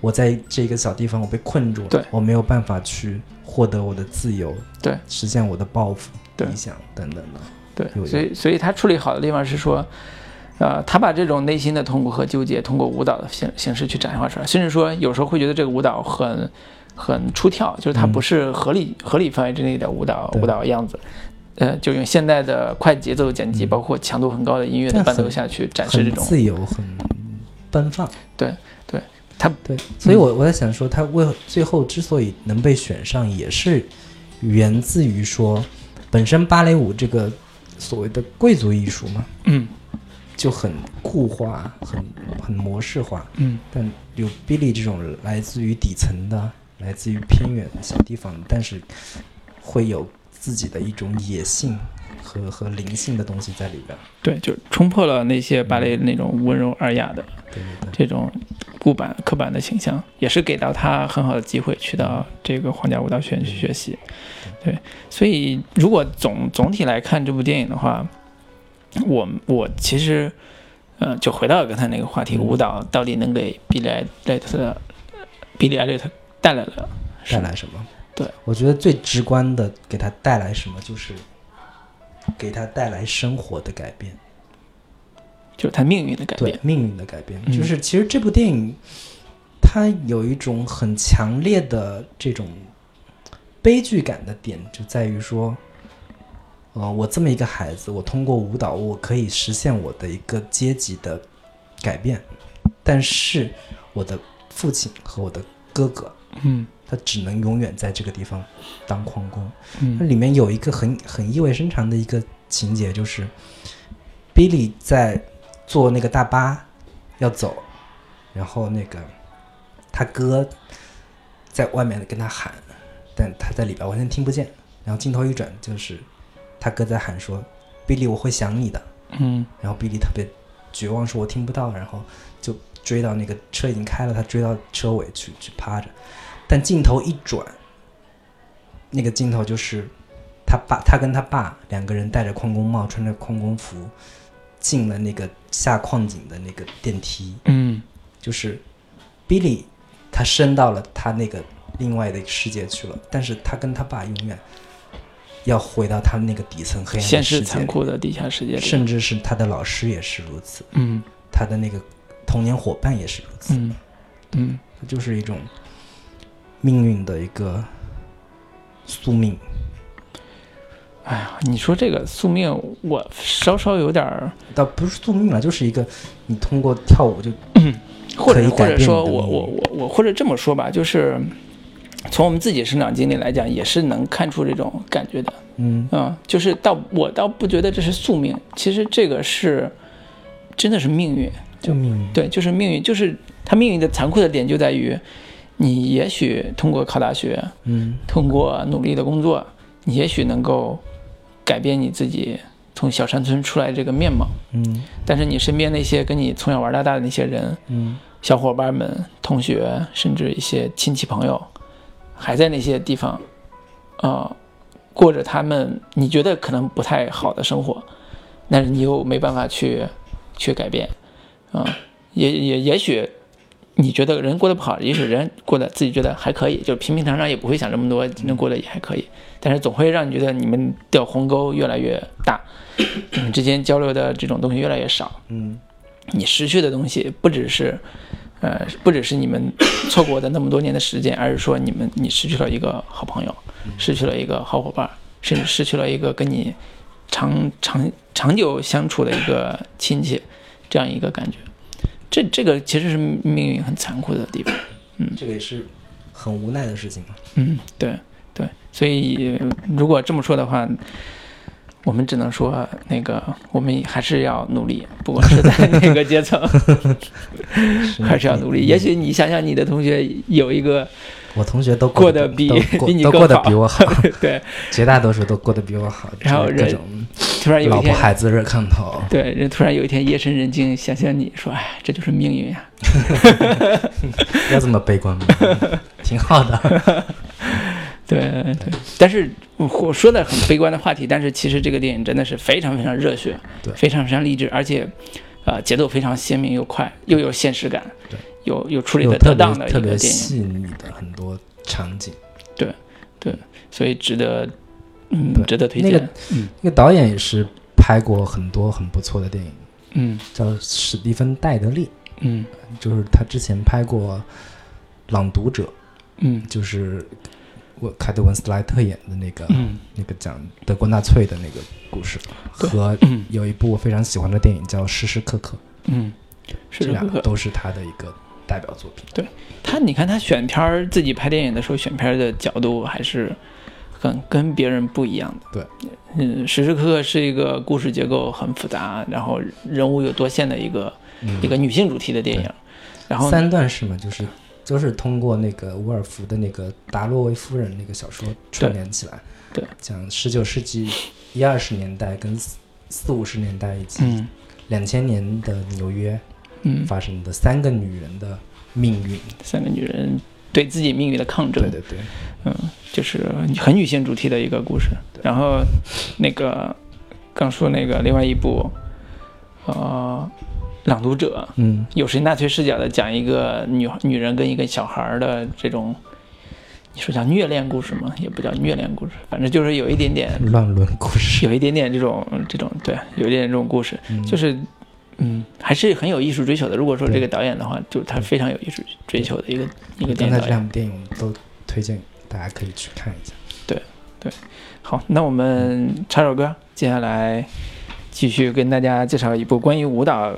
我在这个小地方我被困住
对
了，我没有办法去获得我的自由，
对，
实现我的抱负、
对
理想等等的，
对
有，
所以所以他处理好的地方是说，呃，他把这种内心的痛苦和纠结通过舞蹈的形形式去展现化出来，甚至说有时候会觉得这个舞蹈很很出跳，就是它
嗯
不是合理、合理范围之内的舞蹈
对
舞蹈样子。呃，就用现代的快节奏剪辑，
嗯
包括强度很高的音乐的
但
伴奏
很
下去展示这
很
种，
自由，很奔放。
对对，他嗯
对，所以我我在想说，他为最后之所以能被选上，也是源自于说，本身芭蕾舞这个所谓的贵族艺术嘛，
嗯
就很固化、很很模式化，
嗯
但有 Billy 这种来自于底层的、来自于偏远的小地方，但是会有自己的一种野性和和灵性的东西在里边儿。
对，就是冲破了那些芭蕾那种温柔尔雅的
对对对，
这种固板刻板的形象，也是给到他很好的机会去到这个皇家舞蹈学院去学习。对，所以如果总总体来看这部电影的话，我我其实，呃，就回到刚才那个话题，
嗯
舞蹈到底能给比利艾略特的比利艾略特带来了什
带
么？
来什么？
对，
我觉得最直观的给他带来什么，就是给他带来生活的改变，
就是他命运的改变
对。命运的改变。
嗯
就是其实这部电影，它有一种很强烈的这种悲剧感的点，就在于说，呃，我这么一个孩子，我通过舞蹈，我可以实现我的一个阶级的改变，但是我的父亲和我的哥哥，
嗯
他只能永远在这个地方当矿工。它
嗯
里面有一个很很意味深长的一个情节，就是 Billy 在坐那个大巴要走，然后那个他哥在外面跟他喊，但他在里边完全听不见。然后镜头一转，就是他哥在喊说：“Billy，我会想你的。”
嗯
然后比利特别绝望，说我听不到，然后就追到那个车已经开了，他追到车尾去去趴着，但镜头一转，那个镜头就是他爸，他跟他爸两个人戴着矿工帽，穿着矿工服，进了那个下矿井的那个电梯，
嗯
就是比利他升到了他那个另外的世界去了，但是他跟他爸永远要回到他们那个底层黑暗
现
的世
实
界
残
里
酷的地下世界里。
甚至是他的老师也是如此，
嗯
他的那个童年伙伴也是如此，
嗯嗯
它就是一种命运的一个宿命。
哎呀，你说这个宿命，我稍稍有点儿。
倒不是宿命了，就是一个你通过跳舞就
或者
可以
或
改
者
变
说
你的
我
命运
我我我或者这么说吧，就是从我们自己生长经历来讲，也是能看出这种感觉的。
嗯
嗯，就是倒我倒不觉得这是宿命，其实这个是真的是命运。
就命运
对，就是命运，就是它命运的残酷的点就在于，你也许通过考大学，
嗯
通过努力的工作，你也许能够改变你自己从小山村出来这个面貌，
嗯
但是你身边那些跟你从小玩到大的那些人，
嗯
小伙伴们、同学，甚至一些亲戚朋友，还在那些地方，呃，过着他们你觉得可能不太好的生活，但是你又没办法去去改变，啊、也也也许你觉得人过得不好，也许人过得自己觉得还可以，就是平平常常，也不会想这么多，能过得也还可以，但是总会让你觉得你们的鸿沟越来越大，你们之间交流的这种东西越来越少。
嗯
你失去的东西不只是，呃，不只是你们错过的那么多年的时间，而是说你们你失去了一个好朋友，失去了一个好伙伴，甚至失去了一个跟你长长长久相处的一个亲戚，这样一个感觉。这这个其实是命运很残酷的地方。
嗯这个也是很无奈的事情嘛。
嗯，对对，所以呃如果这么说的话，我们只能说那个我们还是要努力，不管是在哪个阶 层，还是要努力。也许你想想你的同学有一个，
我同学都
过
得
得比
都过
比你
都
更
过得
好
比我好，
对，
绝大多数都过得比我好。
然后
就是各
人
种
突然有
老
一
婆
天，
孩子热 炕头，
对，人突然有一天夜深人静，想想你说，哎，这就是命运呀、
要这么悲观吗？挺好的。
对对，但是我说的很悲观的话题，但是其实这个电影真的是非常非常热血，
对
非常非常励志，而且，呃，节奏非常鲜明又快，又有现实感，
对，
有有处理
有
的
特
得
别
当的一
特
个
别
电影，
细腻的很多场景。
所以值得，嗯，
对
值得推
那
荐。
个那个导演也是拍过很多很不错的电影，
嗯
叫史蒂芬·戴德利，
嗯
就是他之前拍过《朗读者》，
嗯
就是我凯特·文斯莱特演的那个、
嗯
那个讲德国纳粹的那个故事，
对
和
嗯
有一部我非常喜欢的电影叫《时时刻刻》，
嗯，是
这
的，
两个都是他的一个代表作品。
他你看他选片儿自己拍电影的时候选片儿的角度还是很跟别人不一样的。
对，
嗯，时时刻刻是一个故事结构很复杂，然后人物有多线的一个、
嗯
一个女性主题的电影
对。
然后
三段式嘛，就是就是通过那个伍尔夫的那个《达洛维夫人》那个小说串联起来，
对对
讲十九世纪一二十年代跟四四五十年代以及
嗯
两千年的纽约
嗯，
发生的三个女人的命运，
三个女人对自己命运的抗争
对，对对，
嗯，就是很女性主题的一个故事。然后那个刚说那个另外一部，呃，《朗读者》，
嗯，
有谁纳粹视角的讲一个女女人跟一个小孩儿的这种，你说叫虐恋故事吗？也不叫虐恋故事，反正就是有一点 点，
乱伦故事，
有一点点这种这种对，有一点点这种故事，
嗯
就是嗯，还是很有艺术追求的。如果说
对
这个导演的话，就他非常有艺术追求的一个一个
刚
电影
才
导
这
演。
两部电影我们都推荐大家可以去看一下。
好，那我们插首歌，接下来继续跟大家介绍一部关于舞蹈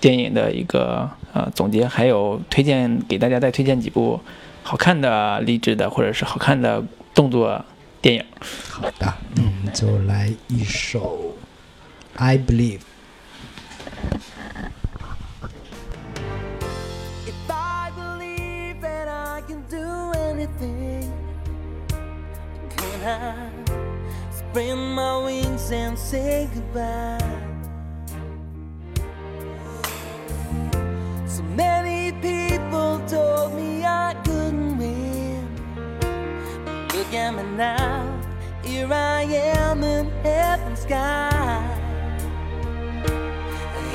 电影的一个呃总结，还有推荐给大家再推荐几部好看的、励志的或者是好看的动作电影。
好的，
啊
那我们就来一首《I Believe》。
If I believe that I can do anything, can I spread my wings and say goodbye? So many people told me I couldn't win. Look at me now, here I am in heaven's sky.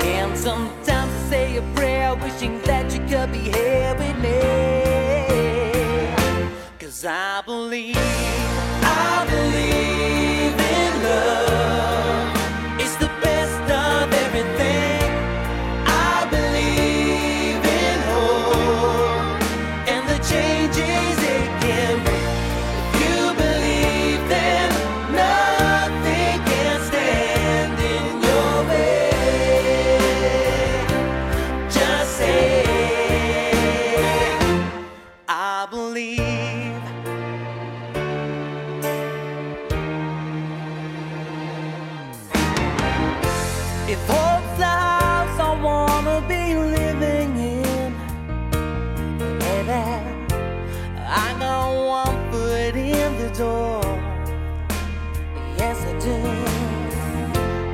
And sometimes I say a prayer wishing that you could be here with me. Cause I believe, I believe in love. It's the best of everything. I believe in hope and the changes it can bring. If you believe, then nothing can stand in your way. Just say, I believe. If hope's the house I wanna be living in, baby, I got one foot in the door. Yes, I do.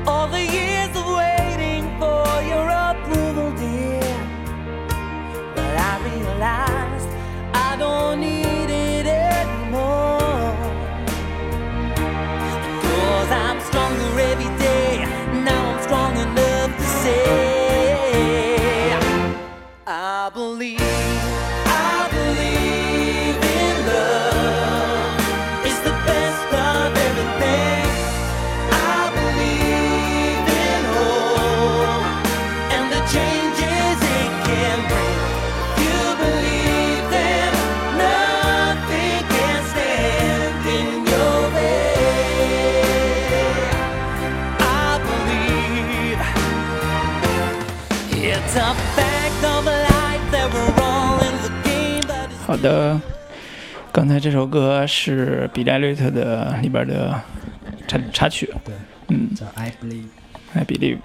All the years of waiting for your approval, dear. But I realized I don't need it anymore. Cause I'm stronger every day. Now I'm strong enough. It's a fact of life that we're all in the game, but it's
好的，刚才这首歌是比莱略特的里边的插插曲，
对，
嗯，
叫 I Believe。
艾比利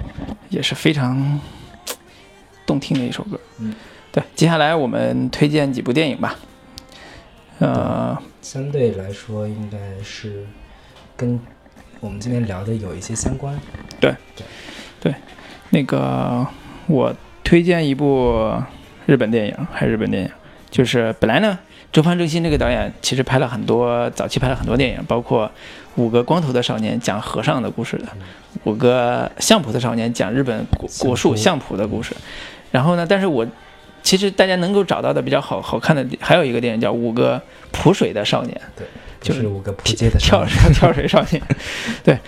也是非常动听的一首歌。
嗯，
对，接下来我们推荐几部电影吧。呃，
相对来说，应该是跟我们今天聊的有一些相关。
那个我推荐一部日本电影，还是日本电影，就是本来呢，周藩正新这个导演其实拍了很多，早期拍了很多电影，包括《五个光头的少年》讲和尚的故事的，《五个相仆的少年》讲日本果
相
果树
扑
相仆的故事。然后呢，但是我其实大家能够找到的比较好好看的，还有一个电影叫《五个扑水的少年
对，
就
就是是五个扑街的》，
跳
少
水
女。
跳水少年。对，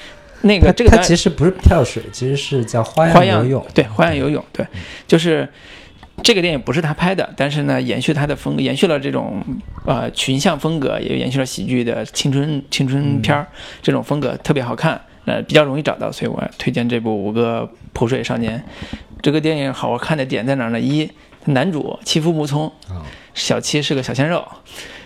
那
它
个这个
它
导演
其实不是跳水，其实是叫花
花
样
样
游泳。
对，花样游泳，对，
嗯
就是这个电影不是他拍的，但是呢，延续他的风格，延续了这种呃群像风格，也延续了喜剧的青春青春片
嗯
儿、这种风格，特别好看，呃，比较容易找到，所以我推荐这部《五个扑水少年》。这个电影好看的点在哪儿呢？一，男主欺负木聪，
啊，
小七是个小鲜肉，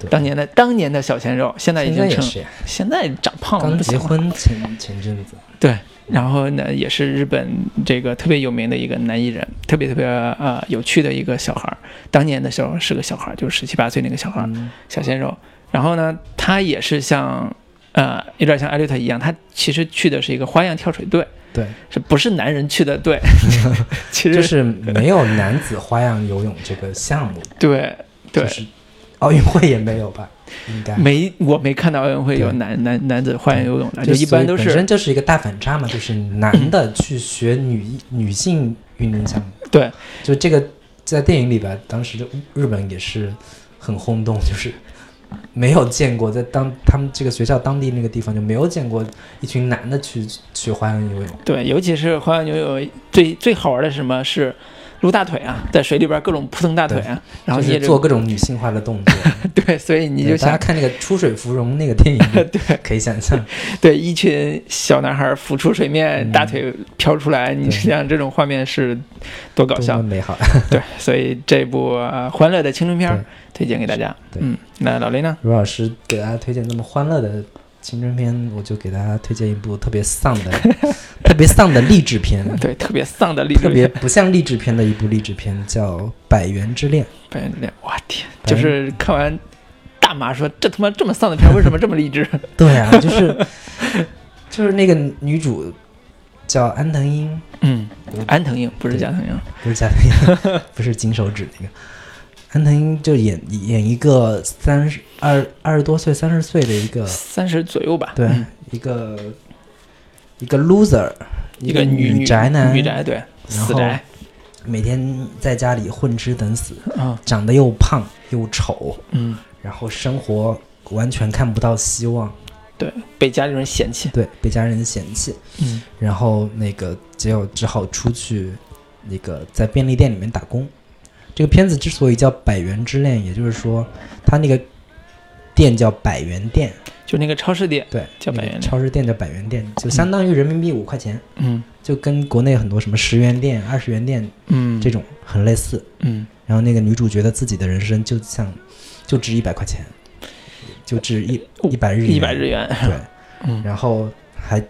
对
当年的当年的小鲜肉，现在已
现
经
在也
成
是呀，
现在长胖了，
刚
不
结
行了。
婚前前阵 子。
对，然后呢，也是日本这个特别有名的一个男艺人，特别特别呃有趣的一个小孩儿。当年的时候是个小孩儿，就是十七八岁那个小孩儿，
嗯，
小鲜肉。然后呢，他也是像呃有点像艾略特一样，他其实去的是一个花样跳水队，
对，
是不是男人去的 队？其实
就是没有男子花样游泳这个项目，
对对。
就是奥运会也没有吧？应该。
没，我没看到奥运会有
对
男男男子花样游泳的，就
就
一般都
本
是
身就是一个大反差嘛，就是男的去学女女性运动项目，
对
就这个在电影里边，当时就日本也是很轰动，就是没有见过在当他们这个学校当地那个地方就没有见过一群男的去学花样游泳，
对，尤其是花样游泳最最好玩的是什么是撸大腿啊，在水里边各种扑腾大腿啊，然后
就
你也
是
就
做各种女性化的动作。
对，所以你
对
就
大家
想
看那个《出水芙蓉》那个电影
对
里，可以想象，
对一群小男孩浮出水面，
嗯
大腿飘出来，你
对
想这种画面是多搞
多
笑
么？美好！
对，所以这部、呃欢乐的青春片儿
对
推荐给大家。
对
嗯，那老雷呢？
卢老师给大家推荐那么欢乐的青春片，我就给大家推荐一部特别丧的、特别丧的励 志片，
对，特别丧的励志
特别
片，
不像励志片的一部励志片，叫《百元之恋》。
白人脸，我天，
白
就
人
是看完大妈说这他妈这么丧的片儿，为什么这么励志？
对啊，就是 就是那个女主叫安藤英，
嗯，安藤樱不是加藤樱，
不是加藤英，不是金手指那个。安藤英就演演一个三十二二十多岁、三十岁的一个
三十左右吧。
嗯对、
嗯
一个一个 loser，
一
一
个女
女宅男，
女宅对，
然
死
后
宅，
每天在家里混吃等死，
嗯
长得又胖又丑，
嗯，
然后生活完全看不到希望，
对，被家里人嫌弃，
对，被家人嫌弃，
嗯
然后那个结果只好出去，那个在便利店里面打工。这个片子之所以叫《百元之恋》，也就是说，它那个店叫百元店，
就那个超市店，
对，
叫百
那个
元店
超市店叫百元店，就相当于人民币五块钱，
嗯
就跟国内很多什么十元店、二十元店
嗯，
这种很类似。
嗯。
然后那个女主觉得自己的人生就像就值一百块钱，就值一一百日元，
哦一百日元，
对，
嗯
然后还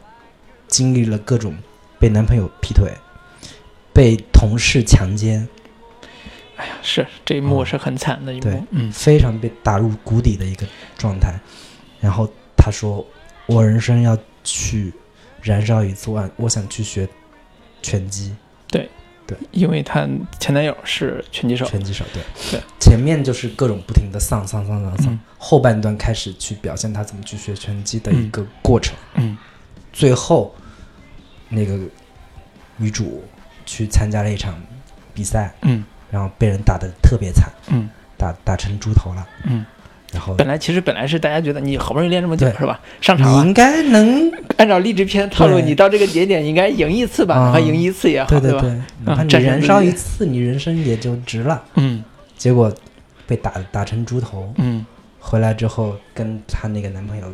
经历了各种被男朋友劈腿，被同事强奸，
是这一幕是很惨的一幕
啊对，
嗯
非常被打入谷底的一个状态。然后她说：“我人生要去燃烧一次，我我想去学拳击，
因为她前男友是拳击手，嗯
拳击手。”对，
对，
前面就是各种不停的丧丧丧丧丧，
嗯
后半段开始去表现她怎么去学拳击的一个过程。
嗯
最后，那个女主去参加了一场比赛，
嗯
然后被人打得特别惨，
嗯
打打成猪头了。
嗯。
然后
本来其实本来是大家觉得你好不容易练这么久
对
是吧，上场
你
了，
应该 能，
按照励志片套路，
对
你到这个节点应该赢一次吧，
啊
哪怕赢一次也好，
对
吧？啊
对，哪怕你
战胜
燃
自
烧
己
一次，你人生也就值了。
嗯
结果被打打成猪头，
嗯
回来之后跟她那个男朋友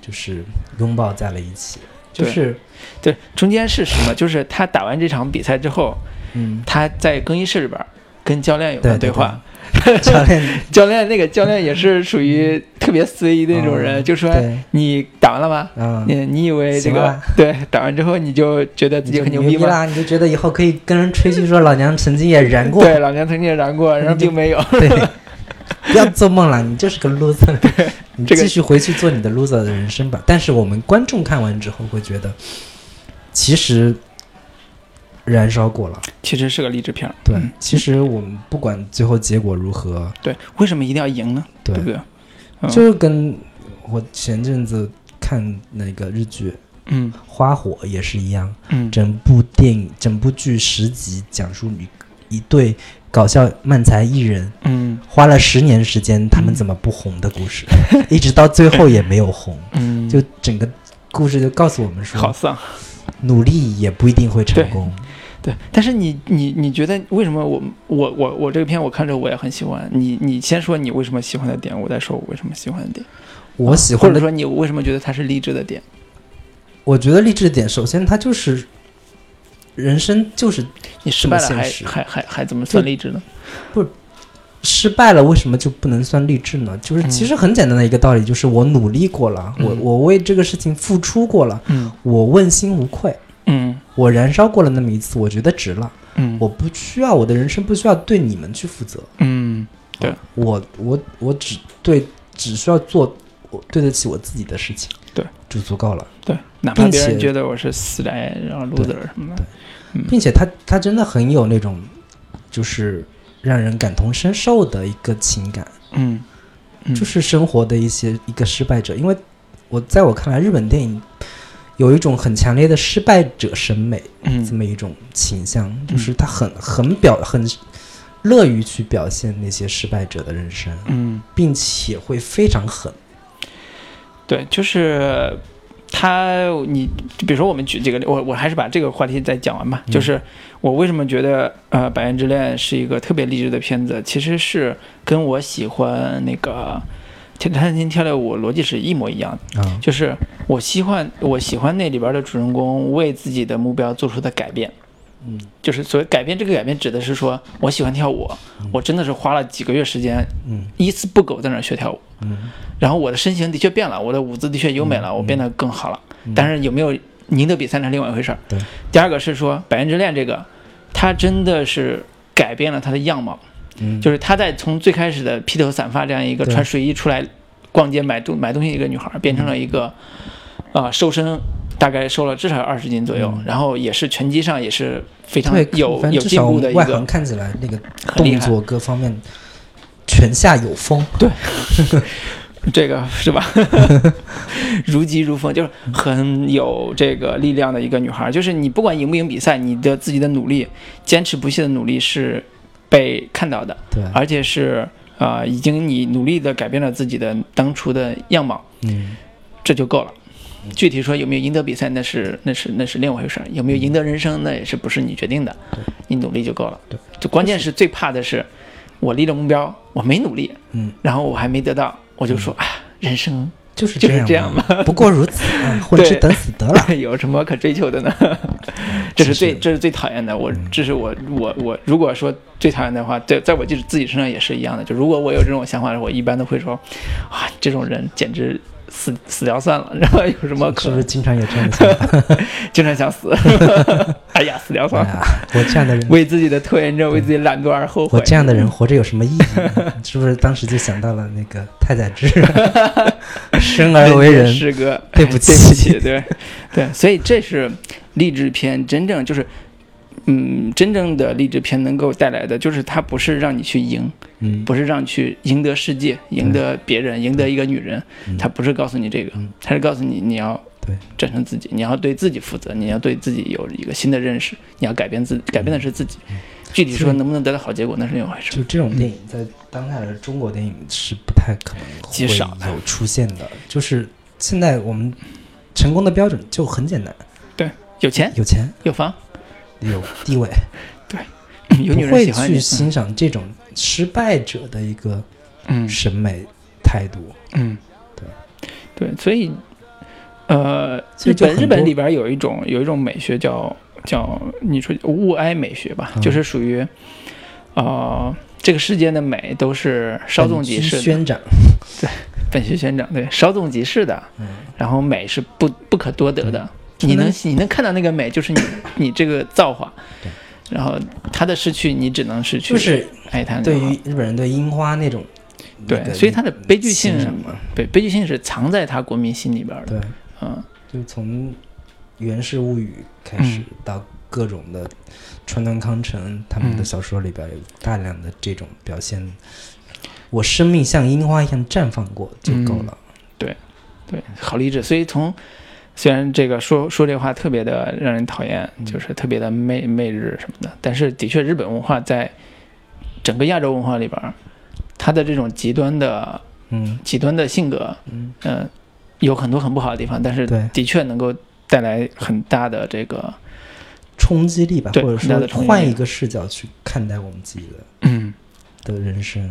就是拥抱在了一起，就
对
是
对，中间是什么？就是她打完这场比赛之后，
嗯，
他在更衣室里边儿跟教练有
对
段
对
话，嗯
对 教练
教练那个 教练也是属于特别随的那种人，
哦
就说
对，
你打完了吗？
嗯，
你你以为这
行
个
了
对打完之后你就觉得自己
就
很牛
牛
逼吗？
啦，你就觉得以后可以跟人吹嘘说老娘曾经也燃过，嗯
对，老娘曾经也燃过，然后并没有。
对，不要做梦了，你就是个 loser，你
这个
继续回去做你的 loser 的人生吧。但是我们观众看完之后会觉得，其实燃烧过了。
其实是个励志片儿。
对，
嗯
其实我们不管最后结果如何，
对，为什么一定要赢呢？
对，
对不对？嗯
就是跟我前阵子看那个日剧《
嗯
花火》也是一样，
嗯，
整部电影、整部剧十集，讲述一一对搞笑漫才艺人
嗯
花了十年时间，他们怎么不红的故事，一直到最后也没有红。
嗯，
就整个故事就告诉我们
好
说，
丧。
努力也不一定会成功。
对，但是你你你觉得为什么我我我我这个片我看着我也很喜欢？你你先说你为什么喜欢的点，我再说我为什么喜欢的点。
我喜
或
欢
者
的，
说你为什么觉得它是励志的点？
我觉得励志的点，首先它就是人生就是
你失败了
这么
还
现实
还还还怎么算励志呢？
失败了，为什么就不能算励志呢？就是
嗯
其实很简单的一个道理，就是我努力过了，
嗯
我我为这个事情付出过了，
嗯
我问心无愧，
嗯
我燃烧过了那么一次，我觉得值了。
嗯
我不需要我的人生不需要对你们去负责，
嗯
我我我只对只需要做我对得起我自己的事情，
对，嗯
就足够了。
对，哪怕
并
别人
且
觉得我是死宅，然后
对
loser 什么的
对，并且他他真的很有那种，就是让人感同身受的一个情感，
嗯嗯
就是生活的一些一个失败者。因为我在我看来，日本电影有一种很强烈的失败者审美这
嗯
么一种倾向，就是他很很表很乐于去表现那些失败者的人生，
嗯，
并且会非常狠。
对，就是他，你比如说我们举这个例，我我还是把这个话题再讲完
嗯
吧。就是我为什么觉得呃《百元之恋》是一个特别励志的片子，其实是跟我喜欢那个《天天天跳跳舞》逻辑是一模一样的。
啊，
就是我喜欢我喜欢那里边的主人公为自己的目标做出的改变。
嗯，
就是所谓改变，这个改变指的是说，我喜欢跳舞，我真的是花了几个月时间，
嗯
一丝不苟在那儿学跳舞。
嗯，
然后我的身形的确变了，我的舞姿的确优美了，我变得更好了。
嗯
但是有没有赢得比赛那是另外一回事儿。
对，
第二个是说《百元之恋》这个，它真的是改变了他的样貌，
嗯
就是他在从最开始的披头散发这样一个
对
穿睡衣出来逛街买东买东西的一个女孩儿，变成
嗯
了一个啊、呃瘦身。大概瘦了至少二十斤左右，
嗯
然后也是拳击上也是非常
对，
有
反
有
正至
进
少我
步
们
的一
外
个
行看起来那个
很厉
动
害，
作各方面泉下有风。
这个是 吧？如疾如风，就是很有这个力量的一个女孩。就是你不管赢不赢比赛，你的自己的努力、坚持不懈的努力是被看到的，
对，
而且是呃，已经你努力的改变了自己的当初的样貌，
嗯，
这就够了。具体说有没有赢得比赛，那是那是那是另外一回事儿。有没有赢得人生，那也是不是你决定的，你努力就够了。
对，
就关键是最怕的是，我立了目标，我没努力，
嗯，
然后我还没得到，我就说啊，人生
就是
就是
这
这
样
样
嘛，不过 如此，哎混吃
对
等死 得了。
有什么可追求的 呢？这是最这是最讨厌的。我
嗯
这是我我我，如果说最讨厌的话，在在我自己自己身上也是一样的。就如果我有这种想法，我一般都会说，啊，这种人简直死死掉算了， 然后有什么
是
可
不是经常有这样 的想法？
经常想死？ 哎呀，死掉
哎
算了，
呀，我这样的人，
为自己的拖延症，为自己懒惰而后
我
悔。
这样的人活着有什么意义呢？ 是不是当时就想到了那个太宰 治， 生而为
人间
人，
失格，
对不
哎
起
对不起，对对，所以这是励志片真正就是，嗯，真正的励志片能够带来的，就是它不是让你去赢，
嗯，
不是让你去赢得世界、赢得别人、赢得一个女人，它不是告诉你这个
嗯，
它是告诉你你要
对
战胜自己，你要对自己负责，你要对自己有一个新的认识，你要改变自改变的是自己。
嗯
具体说能不能得到好结果，那是另嗯外一回事
就。这种电影在当下的中国电影是不太可能
极少
会
的
有出现的。就是现在我们成功的标准就很简单，
有钱、
有钱，
有房、
有地位，
有女
不
人
会
喜欢
去
你。
欣赏这种失败者的一个
嗯，
审美态度。
嗯，
对
对，所以呃，
所
日
以就
本
很
日本
多
里边有一种有一种美学叫叫你说物哀美学
嗯
吧，就是属于，呃，这个世间的美都是稍纵即逝的，
宣长，
本学宣长对，稍纵即逝的，
嗯
然后美是不不可多得的。
嗯
你
就
能
那
你能看到那个美，就是你你这个造化，然后它的失去，你只能失去，
就是
哀叹
对
这个
于日本人对樱花那种，
对
那个
所以它的悲剧性
欣赏嘛，
对悲剧性是藏在他国民心里边的，
对，
嗯，
就从《源氏物语》开始
嗯
到各种的川端康成他们的
嗯
小说里边有大量的这种表现，我生命像樱花一样绽放过就够
嗯
了。
对，好励志。所以从虽然这个说说这话特别的让人讨厌，
嗯
就是特别的媚媚日什么的，但是的确日本文化在整个亚洲文化里边儿，它的这种极端的
嗯
极端的性格，
嗯，
嗯，有很多很不好的地方，但是
对嗯
的确能够带来很大的这个，
冲击力吧，
对
或者
很大的
说
冲击力
换一个视角去看待我们自己的
嗯，
的人生。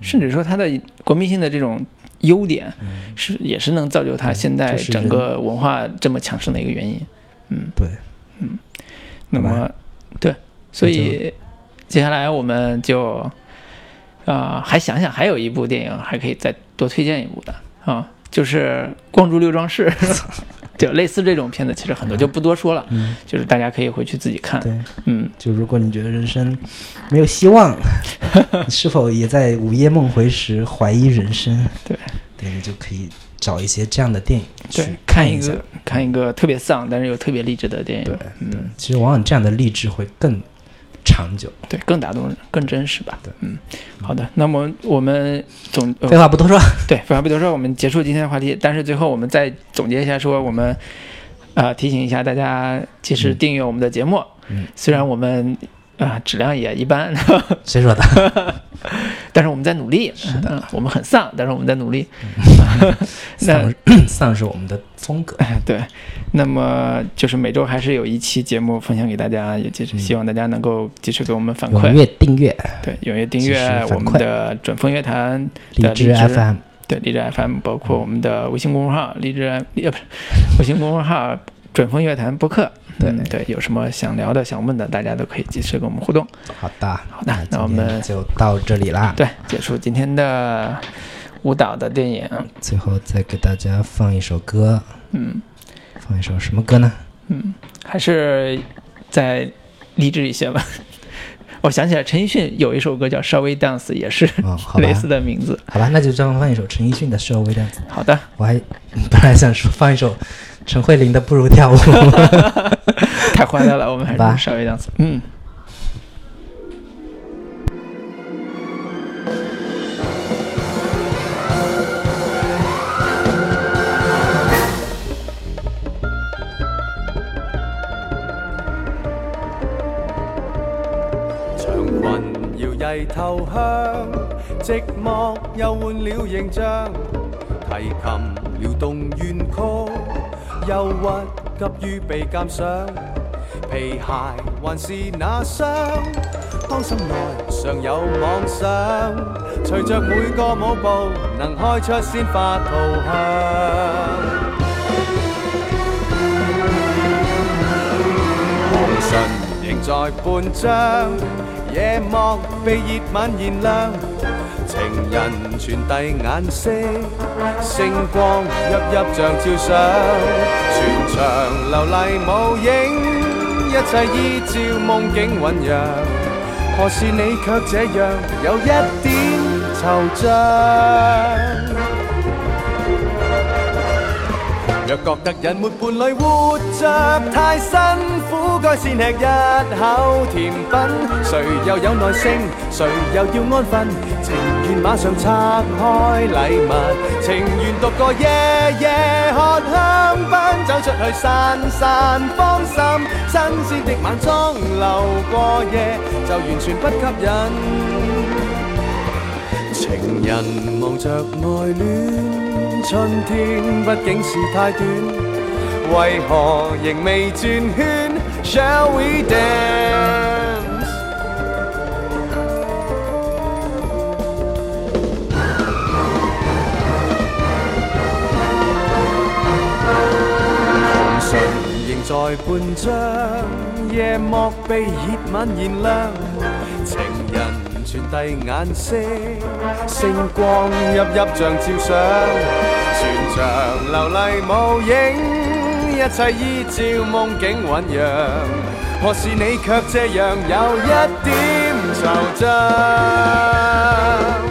甚至说它的国民性的这种优点
嗯，
是也是能造就它
嗯
现在
这是
整
人
个文化这么强盛的一个原因。嗯，
对，
嗯，那
好
么
吧
对，所
那就
以接下来我们就啊、还想想还有一部电影还可以再多推荐一部的啊，就是《光珠六壮士》， 就类似这种片子，其实很多就不多说了，
嗯，
就是大家可以回去自己看。
对，
嗯，
就如果你觉得人生没有 希望，你是否也在午夜梦回时怀疑人生？
对，
对你就可以找一些这样的电影去
对，
看
一
一下。
个看一个特别丧，但是又特别励志的电影。
对对
嗯，，
其实往往这样的励志会更长久。
对，更打动人，更真实吧。
对，
嗯，好的，那么我们总、呃
废话不多说，
对，废话不多说，我们结束今天的话题。但是最后我们再总结一下，说我们呃提醒一下大家，及时订阅我们的节目。
嗯
虽然我们啊、呃质量也一般，
谁说的？
但是我们在努力。是的、我们很丧，但是我们在努力。那
嗯丧 丧是我们的风格。
哎 对，那么就是每周还是有一期节目分享给大家，也就是希望大家能够及时给我们反馈
嗯踊，跃订阅
对，踊跃订
及时
阅
反
我们
馈
的准风乐坛
荔
的
枝
荔枝
FM，
对，荔枝 FM，包
嗯
括我们的微信公众号“荔枝 F”，呃，不是微信公众号“准风乐坛播客”
对
嗯对，有什么想聊的、想问的，大家都可以及时跟我们互动。
好的，
好的那我
今天
们
就到这里啦。
对，结束今天的舞蹈的电影，
最后再给大家放一首歌，
嗯
放一首什么歌呢？
嗯，还是再励志一些吧。 我想起来，陈奕迅有一首歌叫《稍微 dance》，也是
哦，好吧
类，似的名字。
好吧，那就专门放一首陈奕迅的《社会样子》。
好的，
我还本来想说放一首陈慧琳的《不如跳舞》。
太欢乐了，我们还
好吧
是稍微 dance。嗯。
长裙摇曳投香，寂寞又换了形象。提琴撩動怨曲，憂鬱急於被鑑賞。皮鞋還是那雙，當心內尚有妄想。隨着每個舞步，能開出鮮花圖香。紅唇仍在半張，夜幕被熱吻燃亮，情人傳遞眼色，星光熠熠像照相，全場流麗舞影，一切依照夢境醖釀，何時你卻這樣有一點惆悵？若覺得隱沒伴侶活着太辛苦，該先吃一口甜品。誰又有耐性，誰又要安分？情願馬上拆開禮物，情願獨個夜夜喝香檳，走出去散散芳心。新鮮的晚裝流過夜，就完全不吸引。情人望着愛戀，春天畢竟是太短，為何仍未轉圈？Shall we dance？紅唇仍在半張，夜幕被熱吻燃亮，情人傳遞眼色，星光熠熠像照相，全場流麗無影，一切依照夢境醖釀，何時你卻這樣有一點惆怅？